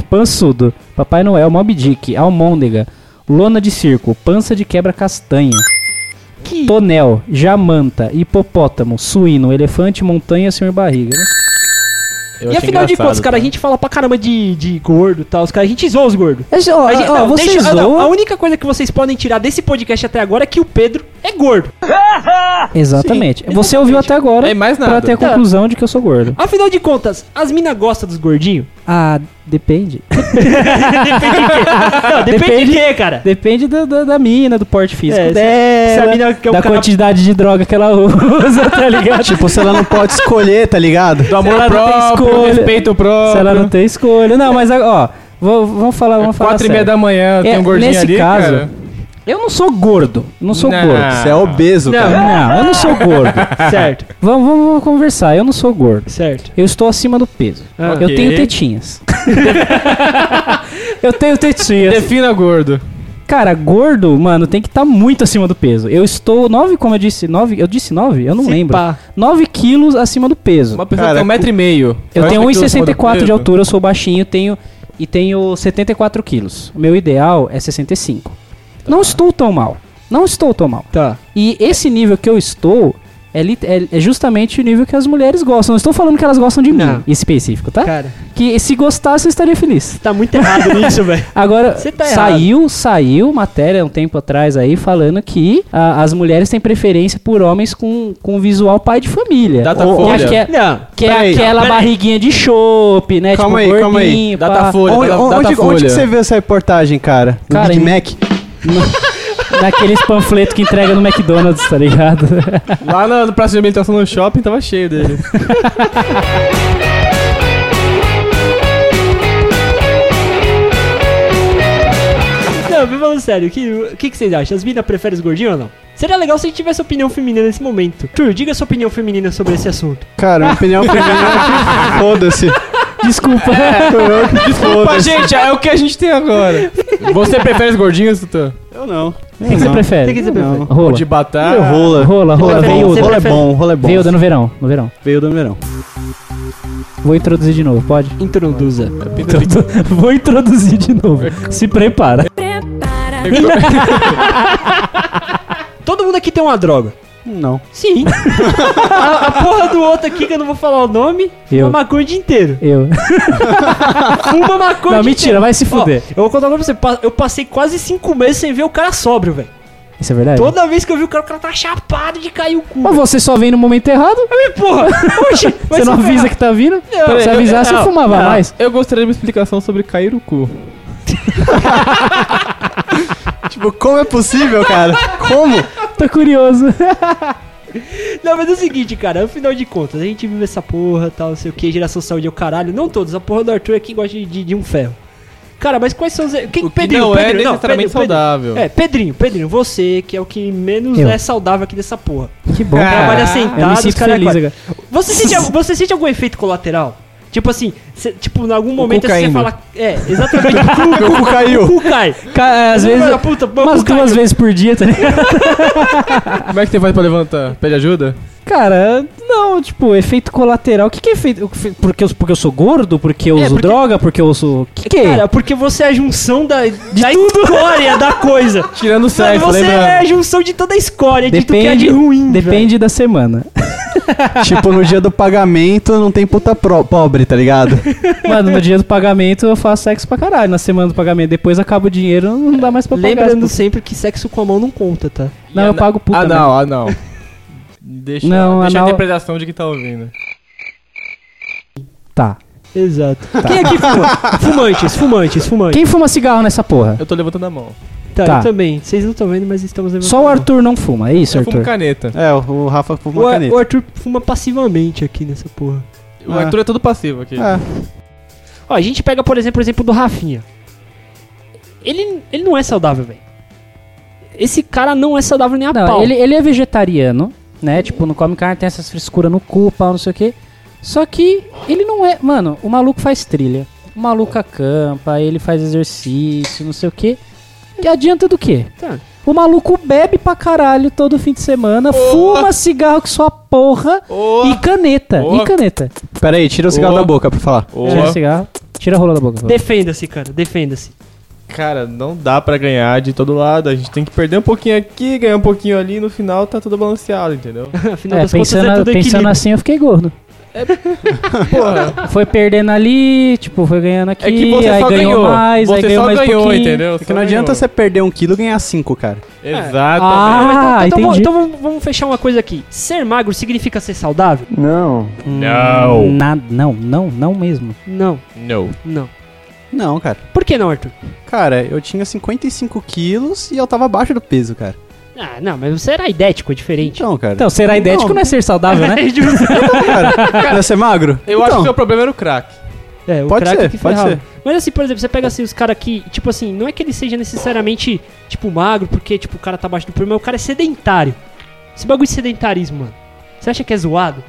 Speaker 1: *laughs* pançudo, Papai Noel, Mob Dick, almôndega, lona de circo, pança de quebra castanha,
Speaker 8: Que-
Speaker 1: tonel, jamanta, hipopótamo, suíno, elefante, montanha, senhor barriga.
Speaker 3: Eu
Speaker 8: E
Speaker 3: achei
Speaker 8: afinal de
Speaker 3: engraçado, tá?
Speaker 8: contas, cara, a gente fala pra caramba de, de gordo e tal. Os caras, a gente zoa os gordos.
Speaker 1: Ó,
Speaker 8: A, gente- não,
Speaker 1: vocês
Speaker 8: deixa- ah, não,
Speaker 1: zoam-
Speaker 8: a única coisa que vocês podem tirar desse podcast até agora é que o Pedro é gordo. ah.
Speaker 1: Exatamente. Você ouviu até agora
Speaker 3: É, mais nada.
Speaker 1: pra ter a conclusão de que eu sou gordo.
Speaker 8: Afinal de contas, as minas gostam dos gordinhos?
Speaker 1: Ah, depende.
Speaker 8: Não, Ah, depende,
Speaker 1: Depende-
Speaker 8: de quê, cara?
Speaker 1: *laughs* Depende da, da, da mina, do porte físico
Speaker 8: É, se- se
Speaker 1: dela,
Speaker 8: a mina
Speaker 4: é
Speaker 8: quer um
Speaker 1: da
Speaker 8: cara- *laughs*
Speaker 1: quantidade de droga que ela usa, tá ligado?
Speaker 2: Tipo, se ela não pode escolher, tá ligado?
Speaker 3: Do amor
Speaker 1: Se ela não tem
Speaker 3: próprio,
Speaker 1: escolha.
Speaker 3: respeito próprio.
Speaker 1: se ela não tem escolha. Não, mas ó, vou- vamos falar, vamos falar
Speaker 3: Quatro e meia
Speaker 1: sério.
Speaker 3: da manhã, tem
Speaker 1: É,
Speaker 3: um gordinho
Speaker 1: nesse
Speaker 3: ali,
Speaker 1: caso,
Speaker 3: cara.
Speaker 1: Eu não sou gordo. Não sou
Speaker 3: Não.
Speaker 1: gordo.
Speaker 2: Você é obeso,
Speaker 4: Não.
Speaker 2: cara.
Speaker 1: Não, eu não sou gordo.
Speaker 4: Certo,
Speaker 1: *laughs* Vamos, vamos- vamos conversar. Eu não sou gordo.
Speaker 4: certo.
Speaker 1: Eu estou acima do peso.
Speaker 4: Ah.
Speaker 1: Eu
Speaker 3: Ok.
Speaker 1: tenho tetinhas. eu tenho tetinhas.
Speaker 3: Defina gordo.
Speaker 1: Cara, gordo, mano, tem que estar muito acima do peso. Eu estou 9, como eu disse, 9, eu disse 9? Eu não
Speaker 4: Se
Speaker 1: lembro.
Speaker 4: pá.
Speaker 1: 9 quilos acima do peso.
Speaker 3: Uma pessoa
Speaker 2: Cara,
Speaker 3: que tem um metro e meio.
Speaker 1: Eu
Speaker 3: Vai
Speaker 1: tenho
Speaker 3: ter que eu sou do
Speaker 1: 1,64 de
Speaker 3: peso.
Speaker 1: altura, eu sou baixinho, tenho e tenho 74 quilos. O meu ideal é 65. Não
Speaker 3: Tá.
Speaker 1: estou tão mal. Não estou tão mal.
Speaker 4: Tá.
Speaker 1: E esse nível que eu estou é, lit- é- é justamente o nível que as mulheres gostam. Não estou falando que elas gostam de
Speaker 4: Não.
Speaker 1: mim, em específico, tá?
Speaker 4: Cara,
Speaker 1: Que se gostasse, eu estaria feliz.
Speaker 4: tá muito errado nisso, velho.
Speaker 1: Agora,
Speaker 4: Você tá
Speaker 1: saiu, saiu matéria um tempo atrás aí falando que a- as mulheres têm preferência por homens com, com visual pai de família.
Speaker 3: Datafolha.
Speaker 1: Que é- que é-
Speaker 4: Não.
Speaker 1: que é
Speaker 2: Peraí,
Speaker 1: aquela barriguinha de chope, né?
Speaker 2: Calma
Speaker 1: tipo,
Speaker 2: aí, calma aí.
Speaker 1: gordinho, pá.
Speaker 3: Datafolha.
Speaker 2: Onde,
Speaker 3: data-
Speaker 2: onde-
Speaker 3: Datafolha.
Speaker 2: onde que você viu essa reportagem, cara? No
Speaker 1: Cara,
Speaker 2: Big
Speaker 1: em-
Speaker 2: Mac?
Speaker 1: Daqueles panfletos que entrega no McDonald's, tá
Speaker 2: *laughs*
Speaker 1: ligado?
Speaker 3: Lá na, no praça de alimentação no shopping tava cheio *laughs* dele.
Speaker 4: Não, mas falando sério, o que, o que, que vocês acham? As minas preferem os gordinhos ou não? Seria legal se a gente tivesse opinião feminina nesse momento. True, diga sua opinião feminina sobre esse assunto.
Speaker 2: Cara, minha opinião feminina. Foda-se.
Speaker 1: Desculpa.
Speaker 2: É,
Speaker 3: Desculpa, gente, é o que a gente tem agora. Você prefere os gordinhos, Tutã?
Speaker 2: Eu não.
Speaker 1: O que você prefere?
Speaker 4: O que você prefere?
Speaker 1: Rola.
Speaker 3: De batata.
Speaker 2: Eu rola.
Speaker 1: Rola, rola.
Speaker 2: Rola é bom,
Speaker 1: Veiuda.
Speaker 2: rola é bom, rola é bom.
Speaker 1: Veiuda no verão, no verão.
Speaker 2: Veiuda no verão.
Speaker 1: Vou introduzir de novo, pode?
Speaker 4: Introduza.
Speaker 1: Vou introduzir de novo. Se prepara.
Speaker 4: Todo mundo aqui tem uma droga.
Speaker 2: Não.
Speaker 4: Sim. a, a porra do outro aqui, que eu não vou falar o nome,
Speaker 1: Eu.
Speaker 4: fuma maconha o dia inteiro.
Speaker 1: Eu. *laughs*
Speaker 4: Fuma maconha
Speaker 1: Não,
Speaker 4: o dia
Speaker 1: mentira,
Speaker 4: inteiro.
Speaker 1: vai se
Speaker 4: Ó,
Speaker 1: fuder.
Speaker 4: eu vou contar agora pra você. pa- Eu passei quase cinco meses sem ver o cara sóbrio, velho.
Speaker 1: Isso é verdade?
Speaker 4: Toda vez que eu vi o cara, o cara tá chapado de cair o cu.
Speaker 1: Mas você só vem no momento errado?
Speaker 4: *laughs* Porra! Oxi!
Speaker 1: Você não avisa que tá vindo?
Speaker 4: Não,
Speaker 1: Se
Speaker 3: eu-
Speaker 1: avisasse, eu
Speaker 3: não,
Speaker 1: fumava mais.
Speaker 3: Eu gostaria de uma explicação sobre cair o cu.
Speaker 2: Tipo, como é possível, cara? Como?
Speaker 1: Tô curioso.
Speaker 4: Não, mas é o seguinte, cara, afinal de contas, a gente vive essa porra, tal, não sei o que, geração saúde é o caralho. Não todos, a porra do Arthur aqui gosta de, de- de um ferro. Cara, mas quais são os. Quem,
Speaker 3: O que
Speaker 4: Pedrinho,
Speaker 3: não
Speaker 4: Pedrinho,
Speaker 3: é necessariamente
Speaker 4: Pedro, Pedro.
Speaker 3: saudável.
Speaker 4: É, Pedrinho, Pedrinho, você que é o que menos
Speaker 1: Eu.
Speaker 4: é saudável aqui dessa porra.
Speaker 1: Que bom. cara.
Speaker 4: É. Trabalha
Speaker 1: Eu me
Speaker 4: sentado, os
Speaker 1: sinto
Speaker 4: caras.
Speaker 1: feliz
Speaker 4: acordam.
Speaker 1: agora.
Speaker 4: Você
Speaker 1: *laughs*
Speaker 4: sente, al- você sente algum efeito colateral? Tipo assim, cê- tipo, em algum momento você
Speaker 3: caindo.
Speaker 4: fala. É, exatamente.
Speaker 1: *laughs*
Speaker 4: Meu cu caiu. O cu cai.
Speaker 1: Ca- é, Às vezes,
Speaker 4: Filha da puta, meu
Speaker 1: umas
Speaker 4: cu caiu.
Speaker 1: duas vezes por dia, tá ligado?
Speaker 3: Como é que você faz pra levantar? Pede ajuda?
Speaker 1: *laughs* Cara, não, tipo, efeito colateral. O que, que é efeito? o que- Porque eu, porque eu sou gordo? Porque eu
Speaker 4: É,
Speaker 1: uso
Speaker 4: porque-
Speaker 1: droga? Porque eu uso. O que, que é?
Speaker 4: Cara, porque você é a junção da, da escória da
Speaker 1: *laughs*
Speaker 4: coisa.
Speaker 3: Tirando o
Speaker 4: Sabe,
Speaker 3: sexo,
Speaker 4: você é a
Speaker 3: lembrando.
Speaker 4: junção de toda a escória, de tudo que é de ruim.
Speaker 1: depende da semana.
Speaker 2: tipo, no dia do pagamento não tem puta pro- pobre, tá ligado?
Speaker 1: Mano, no dia do pagamento eu faço sexo pra caralho. Na semana do pagamento, depois acaba o dinheiro, não dá mais pra
Speaker 4: velho.
Speaker 1: pagar. as
Speaker 4: Lembrando
Speaker 1: putas.
Speaker 4: sempre que sexo com a mão não conta, tá?
Speaker 1: Não, eu pago puta.
Speaker 3: Ah,
Speaker 1: mesmo.
Speaker 3: não, ah, não. Deixa,
Speaker 1: Não,
Speaker 3: deixa a
Speaker 1: anal-
Speaker 3: interpretação de quem tá ouvindo.
Speaker 1: Tá.
Speaker 4: Exato. Quem aqui fuma? fumantes, fumantes, fumantes.
Speaker 1: Quem fuma cigarro nessa porra?
Speaker 3: Eu tô levantando a mão.
Speaker 4: Tá,
Speaker 1: Tá.
Speaker 4: eu também. Vocês não estão vendo, mas estamos levantando.
Speaker 1: Só o Arthur não fuma, é isso,
Speaker 3: Eu fumo
Speaker 1: Arthur?
Speaker 3: caneta.
Speaker 2: É, o- o Rafa fuma
Speaker 4: O, Ar-
Speaker 2: caneta.
Speaker 4: o Arthur fuma passivamente aqui nessa porra.
Speaker 3: O
Speaker 2: Ah.
Speaker 3: Arthur é todo passivo aqui.
Speaker 2: É.
Speaker 4: Ó, a gente pega, por exemplo, o exemplo do Rafinha. Ele, ele não é saudável, velho. Esse cara não é saudável nem a
Speaker 1: Não,
Speaker 4: pau.
Speaker 1: ele, ele é vegetariano, né? Tipo, não come carne, tem essas frescuras no cu, pau, não sei o quê. Só que ele não é. Mano, o maluco faz trilha. O maluco acampa, ele faz exercício, não sei o quê. Que adianta do quê?
Speaker 4: Tá.
Speaker 1: O maluco bebe pra caralho todo fim de semana, fuma cigarro com sua porra
Speaker 3: Ô,
Speaker 1: e caneta.
Speaker 3: Boa.
Speaker 1: E caneta.
Speaker 2: Pera aí, tira o cigarro
Speaker 3: Ô.
Speaker 2: da boca pra falar.
Speaker 3: ô.
Speaker 1: Tira o cigarro, tira a rola da boca.
Speaker 4: Defenda-se, cara, defenda-se.
Speaker 3: Cara, não dá pra ganhar de todo lado. A gente tem que perder um pouquinho aqui, ganhar um pouquinho ali. No final tá tudo balanceado, *laughs* entendeu?
Speaker 4: Afinal
Speaker 1: É,
Speaker 4: das contas, é
Speaker 1: pensando,
Speaker 4: tudo
Speaker 1: pensando
Speaker 4: equilíbrio.
Speaker 1: assim, eu fiquei gordo. *laughs*
Speaker 3: Porra.
Speaker 1: Foi perdendo ali, tipo, foi ganhando aqui,
Speaker 3: É que você
Speaker 1: aí
Speaker 3: só
Speaker 1: ganhou,
Speaker 3: ganhou.
Speaker 1: mais,
Speaker 3: você
Speaker 1: aí ganhou
Speaker 3: só
Speaker 1: mais um
Speaker 3: ganhou,
Speaker 1: pouquinho.
Speaker 3: entendeu?
Speaker 2: Porque É não adianta você perder um quilo e ganhar cinco, cara.
Speaker 3: Exato.
Speaker 1: Ah,
Speaker 4: então, vamos-
Speaker 1: entendi.
Speaker 4: então vamos, vamos fechar uma coisa aqui. Ser magro significa ser saudável?
Speaker 3: Não.
Speaker 1: Na- não, não, não mesmo.
Speaker 4: Não,
Speaker 3: Não.
Speaker 4: não.
Speaker 2: Não, cara.
Speaker 4: Por que não, Arthur?
Speaker 2: Cara, eu tinha 55 quilos e eu tava abaixo do peso, cara.
Speaker 4: Ah, não, mas você era idético, é diferente.
Speaker 2: Então, cara.
Speaker 1: Então, será
Speaker 4: *laughs*
Speaker 1: idético não, é ser saudável, né?
Speaker 2: Cara, quer ser magro?
Speaker 3: Eu acho
Speaker 2: Então,
Speaker 3: que o seu problema era o crack.
Speaker 4: É, o
Speaker 3: Pode
Speaker 4: crack
Speaker 3: ser,
Speaker 4: que
Speaker 3: pode
Speaker 4: ferrava.
Speaker 3: ser.
Speaker 4: Mas assim, por exemplo, você pega assim os caras que, tipo assim, não é que ele seja necessariamente, tipo, magro, porque, tipo, o cara tá abaixo do peso, mas o cara é sedentário. Esse bagulho de sedentarismo, mano. Você acha que é zoado?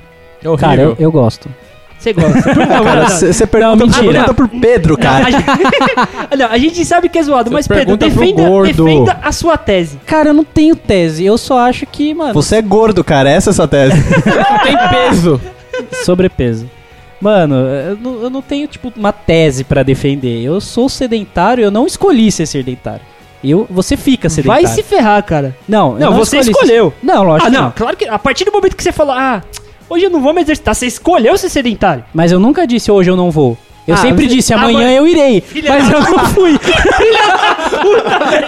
Speaker 3: É horrível.
Speaker 1: Cara, eu, eu gosto.
Speaker 4: Você gosta. Por
Speaker 2: *laughs*
Speaker 4: favor,
Speaker 2: Cara,
Speaker 4: não.
Speaker 2: você pergunta,
Speaker 4: mentira.
Speaker 2: pergunta por Pedro, cara.
Speaker 4: A gente- *laughs* Não, a gente sabe que é zoado,
Speaker 3: Você
Speaker 4: mas Pedro,
Speaker 3: pergunta pro
Speaker 4: defenda,
Speaker 3: gordo.
Speaker 4: defenda a sua tese.
Speaker 1: Cara, eu não tenho tese. Eu só acho que, mano,
Speaker 2: Você é gordo, cara. Essa é a sua tese.
Speaker 3: tem peso.
Speaker 1: *laughs* sobrepeso. Mano, eu não, eu não tenho, tipo, uma tese pra defender. Eu sou sedentário, eu não escolhi ser sedentário. Eu, você fica sedentário.
Speaker 4: Vai se ferrar, cara.
Speaker 1: Não, eu
Speaker 4: Não, você
Speaker 1: escolhi ser-
Speaker 4: escolheu.
Speaker 1: Não, lógico.
Speaker 4: ah,
Speaker 1: que
Speaker 4: não, claro que a partir do momento que você falou, ah, hoje eu não vou me exercitar, você escolheu ser sedentário.
Speaker 1: Mas eu nunca disse hoje eu não vou. Eu
Speaker 4: Ah,
Speaker 1: sempre
Speaker 4: você-
Speaker 1: disse amanhã
Speaker 4: Agora-
Speaker 1: eu irei.
Speaker 4: Filha
Speaker 1: Mas
Speaker 4: da-
Speaker 1: eu não fui.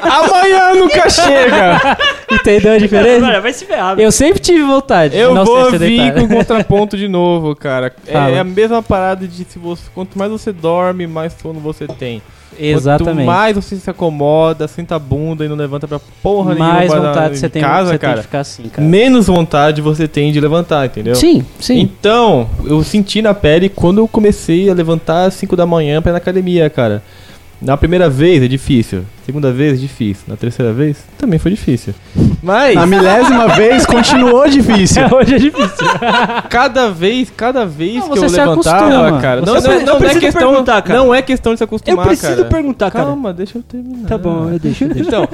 Speaker 3: Amanhã *laughs* nunca chega.
Speaker 4: É
Speaker 1: Entendeu a diferença?
Speaker 4: Agora vai se ferrar.
Speaker 1: Eu sempre tive vontade. de
Speaker 3: Eu
Speaker 1: não é
Speaker 3: vou
Speaker 1: ser
Speaker 3: vir com
Speaker 1: sedentário.
Speaker 3: o contraponto de novo, cara. É
Speaker 1: Fala.
Speaker 3: a mesma parada de se você. Quanto mais você dorme, mais sono você tem. Quanto
Speaker 1: *laughs* Exatamente.
Speaker 3: mais você se acomoda, senta a bunda e não levanta pra porra
Speaker 1: Mais
Speaker 3: nenhuma.
Speaker 1: vontade
Speaker 3: em
Speaker 1: você tem,
Speaker 3: casa,
Speaker 1: você tem
Speaker 3: cara,
Speaker 1: de ficar assim, cara.
Speaker 3: Menos vontade você tem de levantar, entendeu?
Speaker 1: Sim, sim.
Speaker 3: Então, eu senti na pele quando eu comecei a levantar às 5 da manhã pra ir na academia, cara. Na primeira vez é difícil, segunda vez é difícil, na terceira vez também foi difícil. Mas
Speaker 2: Na milésima vez, continuou difícil.
Speaker 4: Hoje é difícil.
Speaker 3: cada vez, cada vez
Speaker 1: Não,
Speaker 3: que
Speaker 1: você
Speaker 3: eu
Speaker 1: se
Speaker 3: levantava,
Speaker 1: acostuma.
Speaker 3: cara,
Speaker 1: Você
Speaker 3: não, não,
Speaker 4: pre- eu
Speaker 3: não é
Speaker 4: preciso
Speaker 3: questão,
Speaker 4: perguntar, cara.
Speaker 3: não é questão de se
Speaker 4: Eu
Speaker 3: acostumar,
Speaker 4: preciso
Speaker 3: cara.
Speaker 4: perguntar, cara.
Speaker 3: Calma, deixa eu terminar.
Speaker 4: Tá bom, eu deixo, eu deixo.
Speaker 3: Então,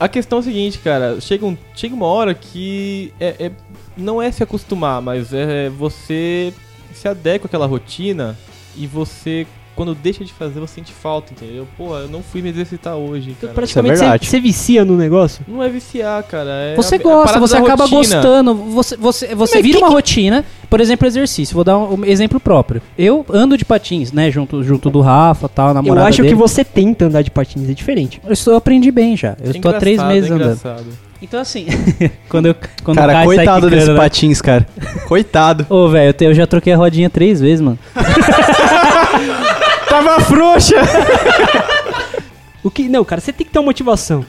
Speaker 3: a questão é a seguinte, cara. Chega, um, chega uma hora que é, é- não é se acostumar, mas é você se adequa àquela rotina e você, quando deixa de fazer, você sente falta, entendeu? Pô, eu não fui me exercitar hoje, cara.
Speaker 4: Praticamente você-
Speaker 2: verdade.
Speaker 4: você vicia no negócio.
Speaker 3: Não é viciar, cara. *laughs* é
Speaker 1: Você
Speaker 3: a- é a
Speaker 1: gosta,
Speaker 3: parada
Speaker 1: você
Speaker 3: da
Speaker 1: acaba
Speaker 3: rotina.
Speaker 1: gostando, você, você, você
Speaker 4: Mas
Speaker 1: vira
Speaker 4: que
Speaker 1: uma
Speaker 4: que-
Speaker 1: rotina, por exemplo, exercício. Vou dar um um exemplo próprio. Eu ando de patins, né, junto, junto do Rafa, tal,
Speaker 4: Eu
Speaker 1: namorada
Speaker 4: acho que
Speaker 1: dele.
Speaker 4: você tenta andar de patins, é diferente.
Speaker 1: Eu estou- eu aprendi bem já. Eu
Speaker 3: É
Speaker 1: estou há três
Speaker 3: engraçado,
Speaker 1: meses
Speaker 3: é
Speaker 1: andando.
Speaker 3: engraçado.
Speaker 1: Então assim, quando eu quando o
Speaker 2: Cara,
Speaker 1: Caio sai
Speaker 2: coitado
Speaker 1: quicando,
Speaker 2: desse
Speaker 1: né?
Speaker 2: patins, cara. Coitado.
Speaker 1: Ô, velho, eu te- eu já troquei a rodinha três vezes, mano.
Speaker 2: Tava frouxa!
Speaker 4: O que, não, cara, você tem que ter
Speaker 1: *clears throat*
Speaker 4: uma motivação.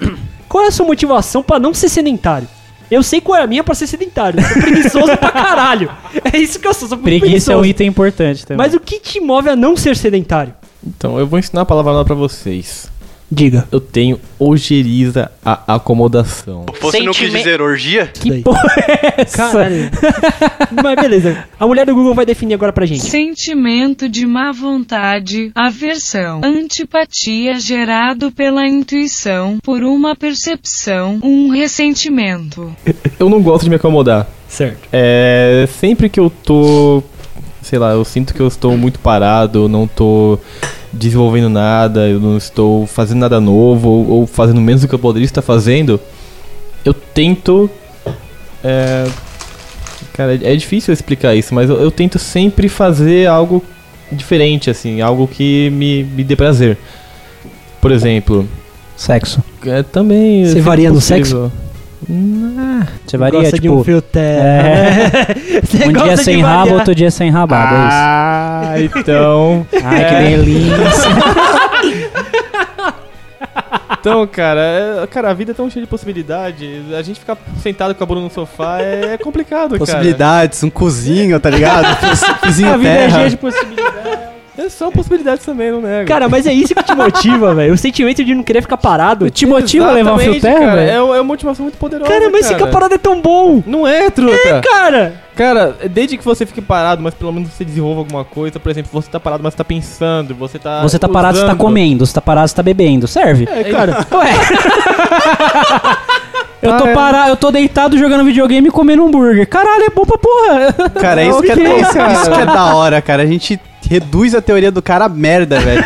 Speaker 4: Qual é a sua motivação pra não ser sedentário? Eu sei qual é a minha pra ser sedentário. Eu sou preguiçoso pra caralho. *laughs* É isso que eu sou, sou muito
Speaker 1: Preguiça é um
Speaker 4: preguiçoso.
Speaker 1: item importante também.
Speaker 4: Mas o que te move a não ser sedentário?
Speaker 3: Então, eu vou ensinar a palavra nova pra vocês.
Speaker 4: Diga.
Speaker 3: Eu tenho ojeriza a acomodação.
Speaker 2: Você não quis dizer orgia?
Speaker 4: Que porra é essa? Mas beleza. A mulher do Google vai definir agora pra gente.
Speaker 9: Sentimento de má vontade, aversão, antipatia gerado pela intuição, por uma percepção, um ressentimento.
Speaker 3: Eu não gosto de me acomodar.
Speaker 4: Certo.
Speaker 3: É. Sempre que eu tô. Sei lá, eu sinto que eu estou muito parado, eu não tô desenvolvendo nada, eu não estou fazendo nada novo, ou, ou fazendo menos do que eu poderia estar fazendo, eu tento. É. Cara, é difícil eu explicar isso, mas eu, eu tento sempre fazer algo diferente, assim, algo que me, me dê prazer. Por exemplo,
Speaker 1: Sexo.
Speaker 3: é, também.
Speaker 4: Você
Speaker 3: se
Speaker 4: varia no
Speaker 3: possível.
Speaker 1: Você varia,
Speaker 4: gosta
Speaker 1: tipo,
Speaker 4: de um fio terra,
Speaker 1: é.
Speaker 4: *laughs* né? Você
Speaker 1: *laughs* um dia
Speaker 4: gosta de
Speaker 1: sem rabo,
Speaker 4: variar.
Speaker 1: outro dia sem rabada,
Speaker 4: é
Speaker 3: Ah, então.
Speaker 1: é isso.
Speaker 4: Ah,
Speaker 1: Ai, que delícia.
Speaker 3: Então, cara, é- cara, a vida é tão cheia de possibilidades. A gente ficar sentado com a bunda no sofá é complicado, cara.
Speaker 2: Possibilidades, um cozinho, tá ligado? Cozinho
Speaker 3: A vida é
Speaker 2: terra.
Speaker 3: cheia de possibilidades. É só possibilidades também, não nego.
Speaker 4: Cara, mas é isso que te motiva, velho. O sentimento de não querer ficar parado.
Speaker 1: Te motiva a levar um fio
Speaker 3: Exatamente,
Speaker 1: terra,
Speaker 3: cara.
Speaker 1: velho?
Speaker 3: É, um- é uma motivação muito poderosa.
Speaker 4: Cara, mas ficar parado é tão bom.
Speaker 3: Não é, truta.
Speaker 4: Cara,
Speaker 3: Cara, desde que você fique parado, mas pelo menos você desenvolva alguma coisa. Por exemplo, você tá parado, mas você tá pensando, você
Speaker 4: É
Speaker 3: tá.
Speaker 1: Você tá parado, você tá
Speaker 3: usando.
Speaker 1: comendo. Você tá parado, você tá bebendo. Serve.
Speaker 3: É,
Speaker 1: *laughs*
Speaker 3: cara.
Speaker 4: *laughs*
Speaker 1: Eu tô
Speaker 3: Ah, é.
Speaker 1: parado, eu tô deitado jogando videogame e comendo hambúrguer. Caralho, é bom pra porra.
Speaker 2: Cara, isso, que é,
Speaker 3: Ok,
Speaker 2: isso-
Speaker 3: cara.
Speaker 2: isso que é da hora, cara. A gente reduz a teoria do cara a merda, velho.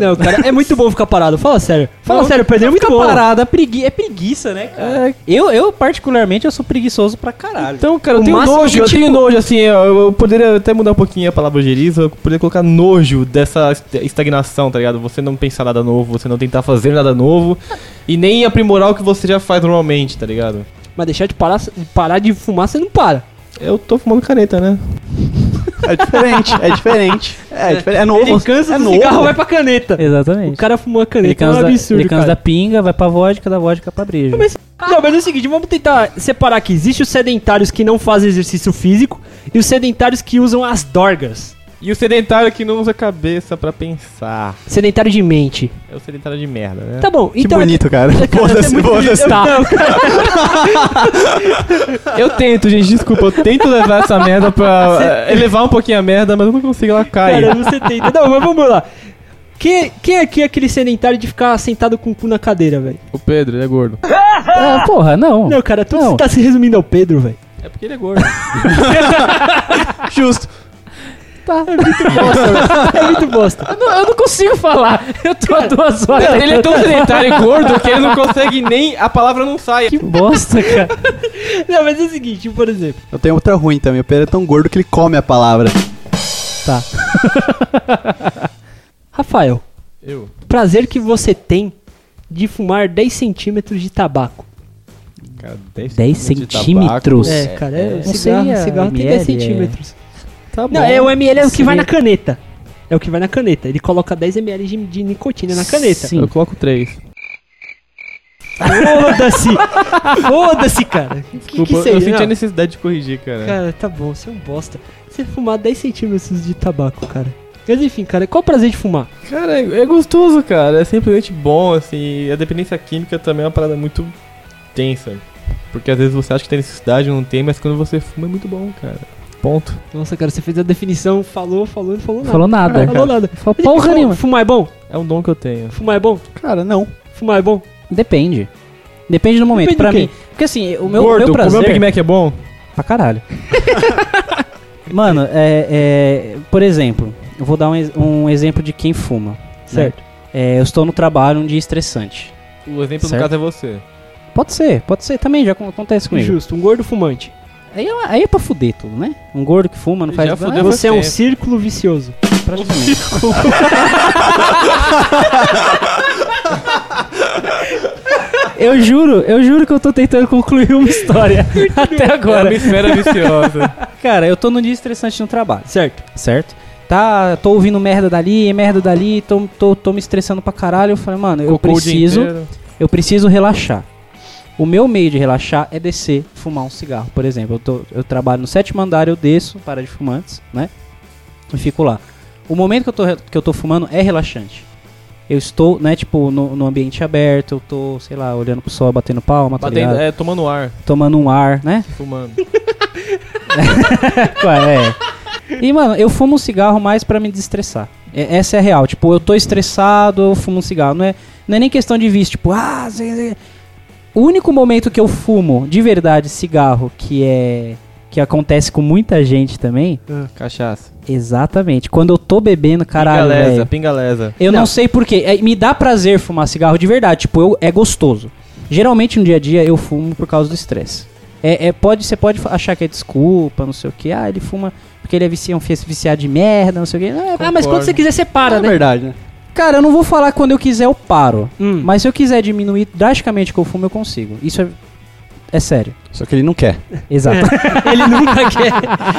Speaker 4: não, cara, é muito bom ficar parado. Fala sério. Fala
Speaker 1: Não,
Speaker 4: sério, Pedro, é muito
Speaker 1: Fica
Speaker 4: bom.
Speaker 1: parado, é, pregui- é preguiça, né, cara? Eu, eu, particularmente, eu sou preguiçoso pra caralho.
Speaker 3: Então, cara, eu
Speaker 1: O
Speaker 3: tenho
Speaker 1: máximo
Speaker 3: nojo,
Speaker 1: que,
Speaker 3: eu
Speaker 1: tipo-
Speaker 3: tenho nojo, assim, eu, eu poderia até mudar um pouquinho a palavra geriza, eu poderia colocar nojo dessa est- estagnação, tá ligado? Você não pensar nada novo, você não tentar fazer nada novo e nem aprimorar o que você já faz normalmente, tá ligado?
Speaker 4: Mas deixar de parar, de parar de fumar, você não para.
Speaker 3: Eu tô fumando caneta, né?
Speaker 2: É diferente, é diferente. É, diferente, é novo.
Speaker 4: Ele cansa
Speaker 2: é
Speaker 4: do
Speaker 2: novo.
Speaker 4: cigarro, vai pra caneta.
Speaker 1: Exatamente.
Speaker 4: O cara fumou a
Speaker 1: ele
Speaker 4: caneta, é
Speaker 1: cansa,
Speaker 4: um
Speaker 1: da-
Speaker 4: absurdo,
Speaker 1: ele cansa da
Speaker 4: cara.
Speaker 1: pinga, vai pra vodka, da vodka pra breja.
Speaker 4: Mas- Não, mas é o seguinte, vamos tentar separar aqui. Existem os sedentários que não fazem exercício físico e os sedentários que usam as dorgas.
Speaker 3: E o sedentário que não usa cabeça pra pensar.
Speaker 4: Sedentário de mente.
Speaker 3: É o sedentário de merda, né?
Speaker 4: Tá bom,
Speaker 2: Que
Speaker 4: então. *laughs*
Speaker 2: bonito, cara. Foda-se, foda-se.
Speaker 4: Tá.
Speaker 3: *laughs*
Speaker 4: *laughs*
Speaker 3: Eu tento, gente, desculpa, eu tento levar essa merda *laughs* pra eh, elevar um pouquinho a merda, mas eu não consigo, ela cai.
Speaker 4: Cara, você tenta. Não, mas vamos lá. Quem, quem aqui é aquele sedentário de ficar sentado com o cu na cadeira, velho?
Speaker 3: O Pedro, ele é gordo.
Speaker 1: Ah, porra, não.
Speaker 4: Não, cara, tu
Speaker 1: Não.
Speaker 4: tá se resumindo ao Pedro, velho. *laughs*
Speaker 3: É porque ele é gordo.
Speaker 2: Justo.
Speaker 4: É muito bosta.
Speaker 1: Eu não, eu não consigo falar. Eu tô há duas horas.
Speaker 3: ele é tão sedentário e gordo que ele não consegue nem. A palavra não sai.
Speaker 1: Que bosta, cara. *laughs*
Speaker 4: Não, mas é o seguinte, por exemplo.
Speaker 2: Eu tenho outra ruim também. O Pedro é tão gordo que ele come a palavra.
Speaker 4: Rafael,
Speaker 3: Eu.
Speaker 4: prazer que você tem de fumar 10 centímetros de tabaco.
Speaker 3: Cara,
Speaker 1: 10 centímetros?
Speaker 4: É, cara, é,
Speaker 1: Não
Speaker 4: cigarro,
Speaker 1: sei, é
Speaker 4: cigarro tem
Speaker 1: ML,
Speaker 4: 10 centímetros.
Speaker 1: Tá bom.
Speaker 4: Não, é o ML é o que
Speaker 1: Sim.
Speaker 4: vai na caneta. É o que vai na caneta. Ele coloca 10 ml de, de nicotina na caneta.
Speaker 1: Sim.
Speaker 3: Eu coloco 3.
Speaker 4: Foda-se! Foda-se, cara. Que
Speaker 3: Desculpa,
Speaker 4: que
Speaker 3: eu
Speaker 4: seja?
Speaker 3: senti a
Speaker 4: Não,
Speaker 3: necessidade de corrigir, cara.
Speaker 4: Cara, tá bom, você é um bosta. Você fumar 10 centímetros de tabaco, cara. Mas enfim, cara, qual o prazer de fumar?
Speaker 3: Cara, é é gostoso, cara. É simplesmente bom, assim. A dependência química também é uma parada muito tensa. Porque às vezes você acha que tem necessidade, não tem, mas quando você fuma é muito bom, cara. Ponto.
Speaker 4: Nossa, cara, você fez a definição, falou, falou, não falou nada.
Speaker 1: Falou nada.
Speaker 4: Falou nada.
Speaker 1: Falou
Speaker 4: Mas,
Speaker 1: porra
Speaker 4: enfim,
Speaker 1: nenhuma.
Speaker 4: Fumar é bom?
Speaker 3: É um dom que eu tenho.
Speaker 4: Fumar é bom?
Speaker 2: Cara, não.
Speaker 4: Fumar é bom?
Speaker 1: Depende. Depende do momento.
Speaker 4: Depende do
Speaker 1: pra
Speaker 4: quê?
Speaker 1: mim. Porque assim, o meu,
Speaker 3: Gordo,
Speaker 1: meu prazer.
Speaker 3: comer um Big Mac é bom?
Speaker 1: Pra caralho. *laughs* Mano, é, é, por exemplo, eu vou dar um, ex- um exemplo de quem fuma. né?
Speaker 4: Certo.
Speaker 1: É, eu estou no trabalho um dia estressante.
Speaker 3: O exemplo
Speaker 1: Certo.
Speaker 3: do caso é você.
Speaker 1: Pode ser, pode ser também, já acon- acontece comigo.
Speaker 4: Justo, um gordo fumante.
Speaker 1: Aí, é- aí é pra fuder tudo, né? Um gordo que fuma, não
Speaker 3: Já
Speaker 1: faz
Speaker 3: fudeu.
Speaker 1: Ah,
Speaker 4: Você é um
Speaker 3: sei.
Speaker 4: círculo vicioso.
Speaker 1: *laughs*
Speaker 3: *laughs*
Speaker 1: praticamente. Eu juro, eu juro que eu tô tentando concluir uma história até
Speaker 3: É uma
Speaker 1: agora.
Speaker 3: esfera viciosa.
Speaker 1: Cara, eu tô num dia estressante no trabalho.
Speaker 4: Certo.
Speaker 1: certo? Tá, tô ouvindo merda dali, merda dali, tô, tô, tô me estressando pra caralho. Eu falei, mano, *laughs* eu
Speaker 3: Cocô o dia
Speaker 1: preciso,
Speaker 3: inteiro.
Speaker 1: eu preciso relaxar. O meu meio de relaxar é descer, fumar um cigarro, por exemplo. Eu, tô, eu trabalho no sétimo andar, eu desço, para de fumantes, né? E fico lá. O momento que eu tô, re- que eu tô fumando é relaxante. Eu estou, né, tipo, no, no ambiente aberto, eu tô, sei lá, olhando pro sol, batendo palma, tá
Speaker 3: Batendo,
Speaker 1: ligado?
Speaker 3: é, tomando ar,
Speaker 1: Tomando um ar, né?
Speaker 3: fumando.
Speaker 1: Ué, é. E, mano, eu fumo um cigarro mais pra me desestressar. É- essa é a real. Tipo, eu tô estressado, eu fumo um cigarro. Não é, não é nem questão de vício. Tipo, ah, zê, zê. O único momento que eu fumo de verdade cigarro, que é. que acontece com muita gente também.
Speaker 3: Cachaça.
Speaker 1: Exatamente. Quando eu tô bebendo, caralho.
Speaker 3: pingalesa,
Speaker 1: velho.
Speaker 3: pingalesa.
Speaker 1: Eu não,
Speaker 4: Não.
Speaker 1: sei porquê. É, me dá prazer fumar cigarro de verdade. Tipo, eu, é gostoso. Geralmente no dia a dia eu fumo por causa do estresse. É, é, pode, você pode achar que é desculpa, não sei o que. Ah, ele fuma porque ele é viciado, viciado de merda, não sei o que. Não, é-
Speaker 4: Ah, mas quando você quiser, você para,
Speaker 2: é
Speaker 4: né?
Speaker 2: verdade, né?
Speaker 1: Cara, eu não vou falar que quando eu quiser eu paro.
Speaker 4: Hum.
Speaker 1: Mas se eu quiser diminuir drasticamente o que eu fumo, eu consigo. Isso é, é sério.
Speaker 2: Só que ele não quer.
Speaker 1: Exato.
Speaker 3: É.
Speaker 4: Ele nunca quer.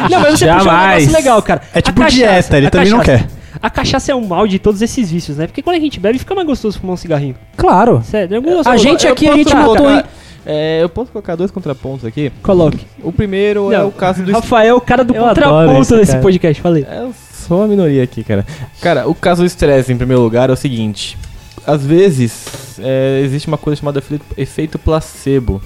Speaker 4: Não, mas você puxou um
Speaker 3: Jamais.
Speaker 4: negócio legal, cara.
Speaker 2: É
Speaker 4: A
Speaker 2: tipo
Speaker 4: cachaça,
Speaker 2: dieta, ele
Speaker 4: a
Speaker 2: também não
Speaker 4: cachaça.
Speaker 2: quer.
Speaker 4: A cachaça é o mal de todos esses vícios, né? Porque quando a gente bebe, fica mais gostoso fumar um cigarrinho.
Speaker 1: *laughs* Claro.
Speaker 4: Sério, é em algum
Speaker 1: A gente aqui, a gente
Speaker 3: colocar-
Speaker 1: matou, hein?
Speaker 3: É, eu posso colocar dois contrapontos aqui.
Speaker 4: Coloque.
Speaker 3: O primeiro é
Speaker 4: Não.
Speaker 3: o caso do
Speaker 4: Rafael, o cara do
Speaker 1: Eu adoro
Speaker 4: contraponto
Speaker 1: esse
Speaker 4: desse
Speaker 1: cara.
Speaker 4: podcast, falei.
Speaker 3: É só a minoria aqui, cara. Cara, o caso do estresse, em primeiro lugar, é o seguinte. Às vezes, é, existe uma coisa chamada efe- efeito placebo.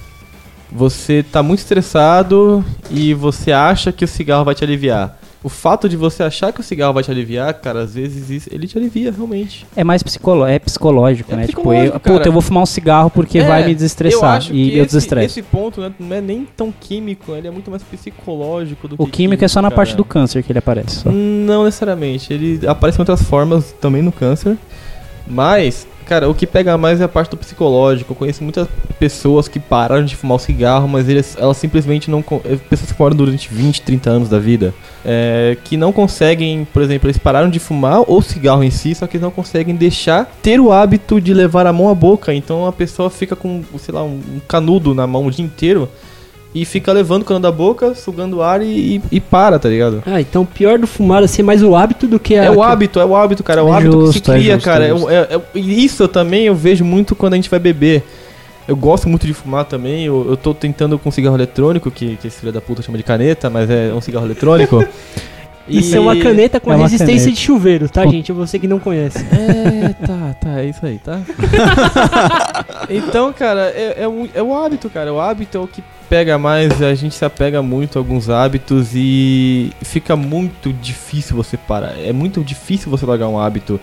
Speaker 3: Você tá muito estressado e você acha que o cigarro vai te aliviar. O fato de você achar que o cigarro vai te aliviar, cara, às vezes isso- ele te alivia, realmente.
Speaker 1: É mais psicolo é psicológico,
Speaker 3: É
Speaker 1: né?
Speaker 3: psicológico,
Speaker 1: tipo, eu, puta,
Speaker 3: cara.
Speaker 1: eu vou fumar um cigarro porque
Speaker 3: É,
Speaker 1: vai me desestressar. E
Speaker 3: acho que
Speaker 1: eu
Speaker 3: esse,
Speaker 1: desestresso.
Speaker 3: Esse ponto né, não é nem tão químico, ele é muito mais psicológico do
Speaker 1: O
Speaker 3: que
Speaker 1: químico é só na
Speaker 3: cara.
Speaker 1: parte do câncer que ele aparece. só.
Speaker 3: Não necessariamente. Ele aparece em outras formas também no câncer. Mas, cara, o que pega mais é a parte do psicológico. Eu conheço muitas pessoas que pararam de fumar o cigarro, mas eles, elas simplesmente não. con- é, Pessoas que fumaram durante 20, 30 anos da vida. é, que não conseguem, por exemplo, eles pararam de fumar o cigarro em si, só que eles não conseguem deixar ter o hábito de levar a mão à boca. Então a pessoa fica com, sei lá, um um canudo na mão o dia inteiro. E fica levando o canudo da boca, sugando ar e- e- e para, tá ligado?
Speaker 4: Ah, então o pior do fumar assim é mais o hábito do que a.
Speaker 3: É o hábito, é o hábito, cara. É o hábito que se
Speaker 1: Justo, é
Speaker 3: cria,
Speaker 1: justo,
Speaker 3: cara.
Speaker 1: é
Speaker 3: É um-
Speaker 1: justo.
Speaker 3: é- é- e isso eu também eu vejo muito quando a gente vai beber. Eu gosto muito de fumar também. Eu,
Speaker 1: *laughs*
Speaker 3: eu tô tentando com cigarro um eletrônico, que, que esse filho da puta chama de caneta, mas é um cigarro eletrônico.
Speaker 4: Isso é uma caneta com
Speaker 1: É
Speaker 4: a
Speaker 1: uma
Speaker 4: resistência
Speaker 1: caneta.
Speaker 4: de chuveiro, tá, gente? Você que não conhece.
Speaker 3: É, tá, tá, é isso aí, *laughs* tá? então, cara, é, é, um- é o hábito, cara. O hábito é o que pega mais, a gente se apega muito a alguns hábitos e fica muito difícil você parar. É muito difícil você largar um hábito.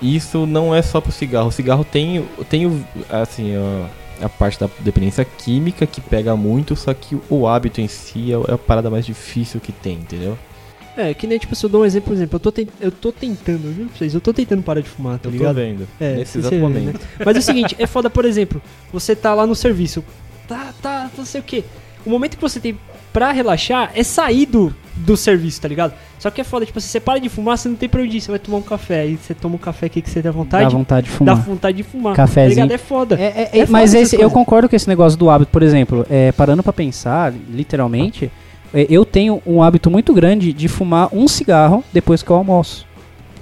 Speaker 3: E isso não é só pro cigarro. O cigarro tem, o- tem o- assim, a, a parte da dependência química que pega muito, só que o hábito em si é, é a parada mais difícil que tem, entendeu?
Speaker 4: É, que nem tipo, se eu dou um exemplo, por exemplo, eu tô, ten- eu tô tentando, eu juro pra vocês, eu tô tentando parar de fumar, tá
Speaker 3: Eu tô
Speaker 4: ligado?
Speaker 3: vendo.
Speaker 4: É,
Speaker 3: nesse
Speaker 4: se
Speaker 3: exato
Speaker 4: você-
Speaker 3: momento.
Speaker 4: Mas é o seguinte, é foda, por exemplo, você tá lá no serviço, tá, tá, não sei o quê. O momento que você tem pra relaxar é sair do, do serviço, tá ligado? Só que é foda, tipo, se você para de fumar, você não tem pra onde ir, você vai tomar um café, aí você toma um café aqui que você dá vontade,
Speaker 1: Dá vontade de
Speaker 4: dá
Speaker 1: fumar.
Speaker 4: vontade de fumar,
Speaker 1: Cafezinho.
Speaker 4: tá ligado? É foda.
Speaker 1: É, é,
Speaker 4: É
Speaker 1: é, mas
Speaker 4: foda
Speaker 1: esse-
Speaker 4: essas
Speaker 1: eu
Speaker 4: coisas.
Speaker 1: concordo com esse negócio do hábito. Por exemplo, é, parando pra pensar, literalmente, é, eu tenho um hábito muito grande de fumar um cigarro depois que eu almoço.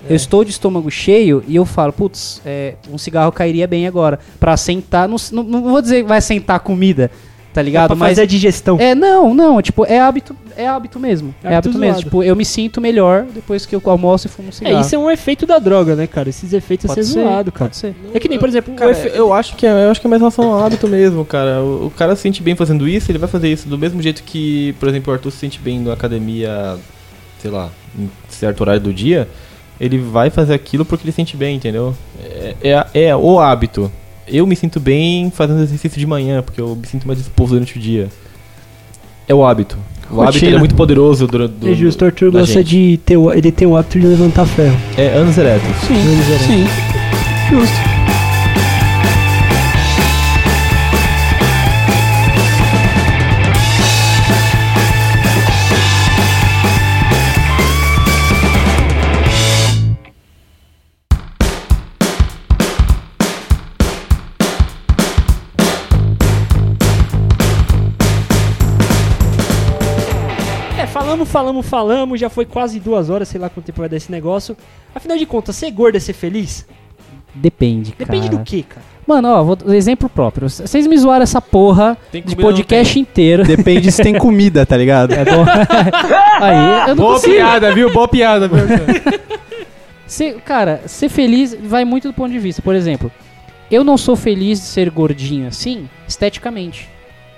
Speaker 4: É.
Speaker 1: Eu estou de estômago cheio e eu falo, putz, é, um cigarro cairia bem agora. Pra sentar, não, não, não vou dizer que vai sentar comida, tá ligado?
Speaker 4: É pra fazer a digestão.
Speaker 1: É, não, não, tipo, é hábito, é hábito mesmo. É
Speaker 4: É
Speaker 1: hábito,
Speaker 4: hábito
Speaker 1: mesmo.
Speaker 4: zoado.
Speaker 1: Tipo, eu me sinto melhor depois que eu almoço e fumo um
Speaker 4: É,
Speaker 1: cigarro.
Speaker 4: isso é um efeito da droga, né, cara? Esses efeitos
Speaker 1: Pode
Speaker 4: é
Speaker 1: ser,
Speaker 4: zoado, cara.
Speaker 1: Pode ser.
Speaker 4: É que nem, por exemplo, o
Speaker 3: Cara,
Speaker 4: efe-
Speaker 3: eu acho que é, eu acho que é mais relação ao hábito mesmo, cara. O, o cara se sente bem fazendo isso, ele vai fazer isso do mesmo jeito que, por exemplo, o Arthur se sente bem na academia, sei lá, em certo horário do dia, ele vai fazer aquilo porque ele se sente bem, entendeu? É, é, a- é o hábito. Eu me sinto bem fazendo exercício de manhã, porque eu me sinto mais disposto durante o dia. É o hábito. O hábito ele é muito poderoso durante do,
Speaker 4: É justo, o Arthur
Speaker 3: da
Speaker 4: gosta
Speaker 3: gente.
Speaker 4: de ter o, ele tem o hábito de levantar ferro.
Speaker 3: É anos eretos.
Speaker 1: Sim.
Speaker 4: É, falamos, falamos, falamos, já foi quase duas horas, sei lá quanto tempo vai dar esse negócio. Afinal de contas, ser gordo é ser feliz?
Speaker 1: Depende, cara.
Speaker 4: Depende do que, cara?
Speaker 1: Mano, ó, vou, exemplo próprio. C- Vocês me zoaram essa porra
Speaker 3: Tem
Speaker 1: de
Speaker 3: comida, não
Speaker 1: podcast
Speaker 2: *laughs*
Speaker 1: inteiro.
Speaker 2: Depende se tem comida, tá ligado?
Speaker 1: É bom. Aí, eu não
Speaker 3: Boa
Speaker 1: consigo.
Speaker 3: piada, viu? Boa piada, viu?
Speaker 1: Ser- cara, ser feliz vai muito do ponto de vista. Por exemplo, eu não sou feliz de ser gordinho assim, esteticamente.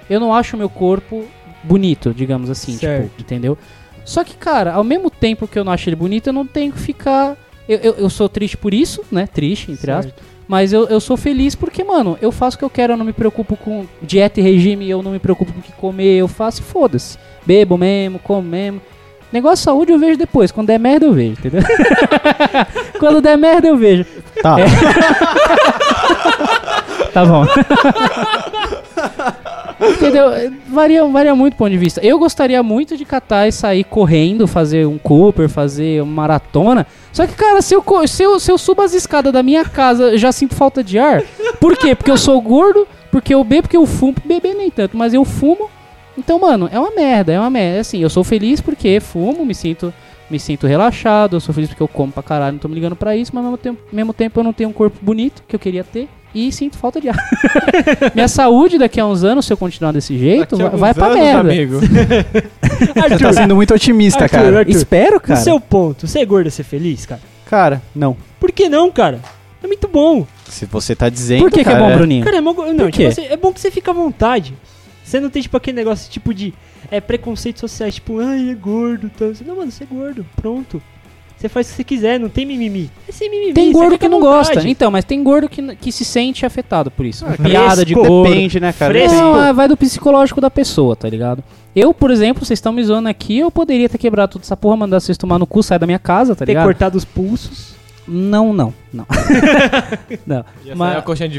Speaker 1: Eu não acho meu corpo bonito, digamos assim, tipo,
Speaker 4: Certo.
Speaker 1: entendeu? Só que, cara, ao mesmo tempo que eu não acho ele bonito, eu não tenho que ficar. Eu, eu, eu sou triste por isso, né? Triste, entre aspas. *laughs* Mas eu, eu sou feliz porque, mano, eu faço o que eu quero, eu não me preocupo com dieta e regime, eu não me preocupo com o que comer, eu faço e foda-se. Bebo mesmo, como mesmo. Negócio de saúde eu vejo depois, quando der merda eu vejo, entendeu? *laughs* quando der merda eu vejo.
Speaker 2: Tá.
Speaker 1: Tá bom. *laughs* Entendeu? Varia, varia muito o ponto de vista. Eu gostaria muito de catar e sair correndo, fazer um Cooper, fazer uma maratona. Só que, cara, se eu, co- se eu, se eu subo as escadas da minha casa, eu já sinto falta de ar. Por quê? Porque eu sou gordo, porque eu bebo, porque eu fumo. Beber nem tanto, mas eu fumo. Então, mano, é uma merda, é uma merda. Assim, eu sou feliz porque fumo, me sinto me sinto relaxado, eu sou feliz porque eu como pra caralho, não tô me ligando pra isso, mas ao mesmo tempo, mesmo tempo eu não tenho um corpo bonito que eu queria ter e sinto falta de ar. *laughs* Minha saúde daqui a uns anos, se eu continuar desse jeito,
Speaker 3: Daqui a
Speaker 1: vai, vai
Speaker 3: alguns
Speaker 1: pra
Speaker 3: anos,
Speaker 1: merda.
Speaker 3: Amigo.
Speaker 2: Você tá sendo muito otimista,
Speaker 4: Arthur,
Speaker 2: cara.
Speaker 4: Arthur.
Speaker 2: Espero,
Speaker 4: No
Speaker 2: cara.
Speaker 4: seu ponto, ser gordo é ser feliz, cara?
Speaker 2: Cara, não.
Speaker 4: Por que não, cara? É muito bom.
Speaker 2: Se você tá dizendo.
Speaker 1: Por que, que é bom,
Speaker 2: cara,
Speaker 1: Bruninho?
Speaker 4: Cara, é, mó go- não,
Speaker 1: Por quê?
Speaker 4: tipo, você- é bom que você fica à vontade. Você não tem, tipo, aquele negócio, tipo, de é, preconceitos sociais, tipo, ai, é gordo, tal. Você, não, mano, você é gordo, pronto. Você faz o que você quiser, não tem mimimi. É sem mimimi,
Speaker 1: Tem
Speaker 4: você
Speaker 1: gordo
Speaker 4: fica
Speaker 1: que
Speaker 4: à
Speaker 1: não
Speaker 4: vontade.
Speaker 1: gosta. Então, mas tem gordo que, que se sente afetado por isso.
Speaker 2: cara,
Speaker 1: Piada de gordo.
Speaker 2: Depende, né, cara?
Speaker 4: Fresco.
Speaker 1: Não, é, vai do psicológico da pessoa, tá ligado? Eu, por exemplo, vocês estão me zoando aqui, eu poderia ter quebrado toda essa porra, mandar vocês tomar no cu, sair da minha casa, tá
Speaker 4: Ter
Speaker 1: ligado?
Speaker 4: cortado os pulsos.
Speaker 1: Não, não, não. não.
Speaker 3: Mas...
Speaker 1: Mas-
Speaker 3: coxinha de *laughs*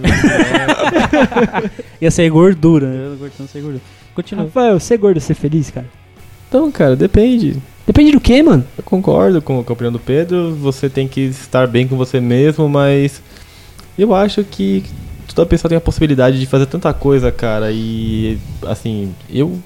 Speaker 1: *laughs*
Speaker 3: né?
Speaker 1: Ia ser gordura. né? Eu não gosto, não sei gordura. Continua.
Speaker 4: Rafael, ser gordo é ser feliz, cara?
Speaker 3: Então, cara, depende.
Speaker 4: Depende do que, mano?
Speaker 3: Eu concordo com o campeão do Pedro. Você tem que estar bem com você mesmo, mas eu acho que toda pessoa tem a possibilidade de fazer tanta coisa, cara. E assim, eu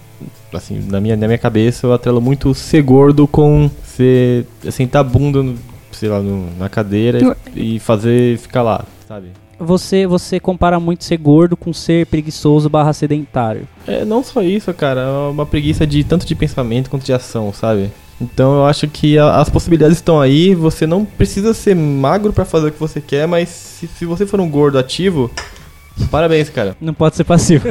Speaker 3: assim, na minha na minha cabeça eu atrelo muito ser gordo com ser sentar a bunda, no, sei lá, no- na cadeira e, e fazer ficar lá, sabe?
Speaker 1: Ah, Você, você compara muito ser gordo com ser preguiçoso barra sedentário.
Speaker 3: É não só isso, cara, é uma preguiça de tanto de pensamento quanto de ação, sabe? Então eu acho que a- as possibilidades estão aí. Você não precisa ser magro pra fazer o que você quer, mas se, se você for um gordo ativo, parabéns, cara.
Speaker 1: Não pode ser *laughs* passivo.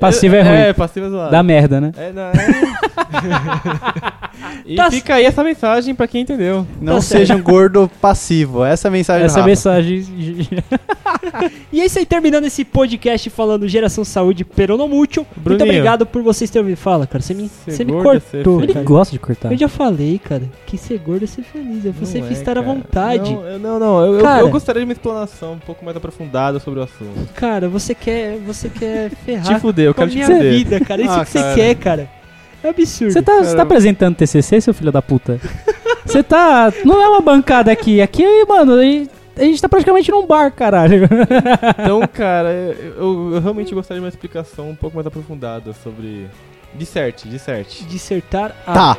Speaker 1: passivo é ruim.
Speaker 3: É, passivo é zoado.
Speaker 1: Dá merda, né?
Speaker 3: É, não,
Speaker 2: *laughs*
Speaker 3: é. e fica aí essa mensagem pra quem entendeu.
Speaker 2: Tá Não
Speaker 4: Tá
Speaker 2: seja um gordo passivo. Essa é a mensagem
Speaker 1: Essa
Speaker 2: do Rafa.
Speaker 1: mensagem.
Speaker 4: E é isso aí, terminando esse podcast falando Geração Saúde Peronomútil. Muito
Speaker 3: Bruninho.
Speaker 4: obrigado por vocês terem ouvido. Fala, cara, você me,
Speaker 3: Ser
Speaker 4: você me
Speaker 3: gordo, é ser
Speaker 4: cortou.
Speaker 3: feliz.
Speaker 1: Ele gosta de cortar.
Speaker 4: Eu já falei, cara, que ser gordo é ser feliz, é você
Speaker 3: Não é,
Speaker 4: estar à
Speaker 3: cara.
Speaker 4: vontade.
Speaker 3: Não, eu- não, não, eu- eu,
Speaker 4: Cara.
Speaker 3: eu gostaria de uma explanação um pouco mais aprofundada sobre o assunto.
Speaker 4: Cara, você quer, você
Speaker 3: *laughs*
Speaker 4: quer ferrar
Speaker 3: Te fuder, Tipo, eu
Speaker 4: Ah, com a
Speaker 3: quero te
Speaker 4: minha
Speaker 3: fuder.
Speaker 4: vida, cara. É isso
Speaker 3: Ah,
Speaker 4: que você
Speaker 3: cara.
Speaker 4: quer, cara. É absurdo.
Speaker 1: Você tá, você tá apresentando TCC, seu filho da puta? Você tá. Não é uma bancada aqui. Aqui, mano, a gente- a gente tá praticamente num bar, caralho. *laughs*
Speaker 3: Então, cara, eu, eu- eu realmente gostaria de uma explicação um pouco mais aprofundada sobre. Tá, Disserte, disserte.
Speaker 4: Dissertar a
Speaker 2: Tá.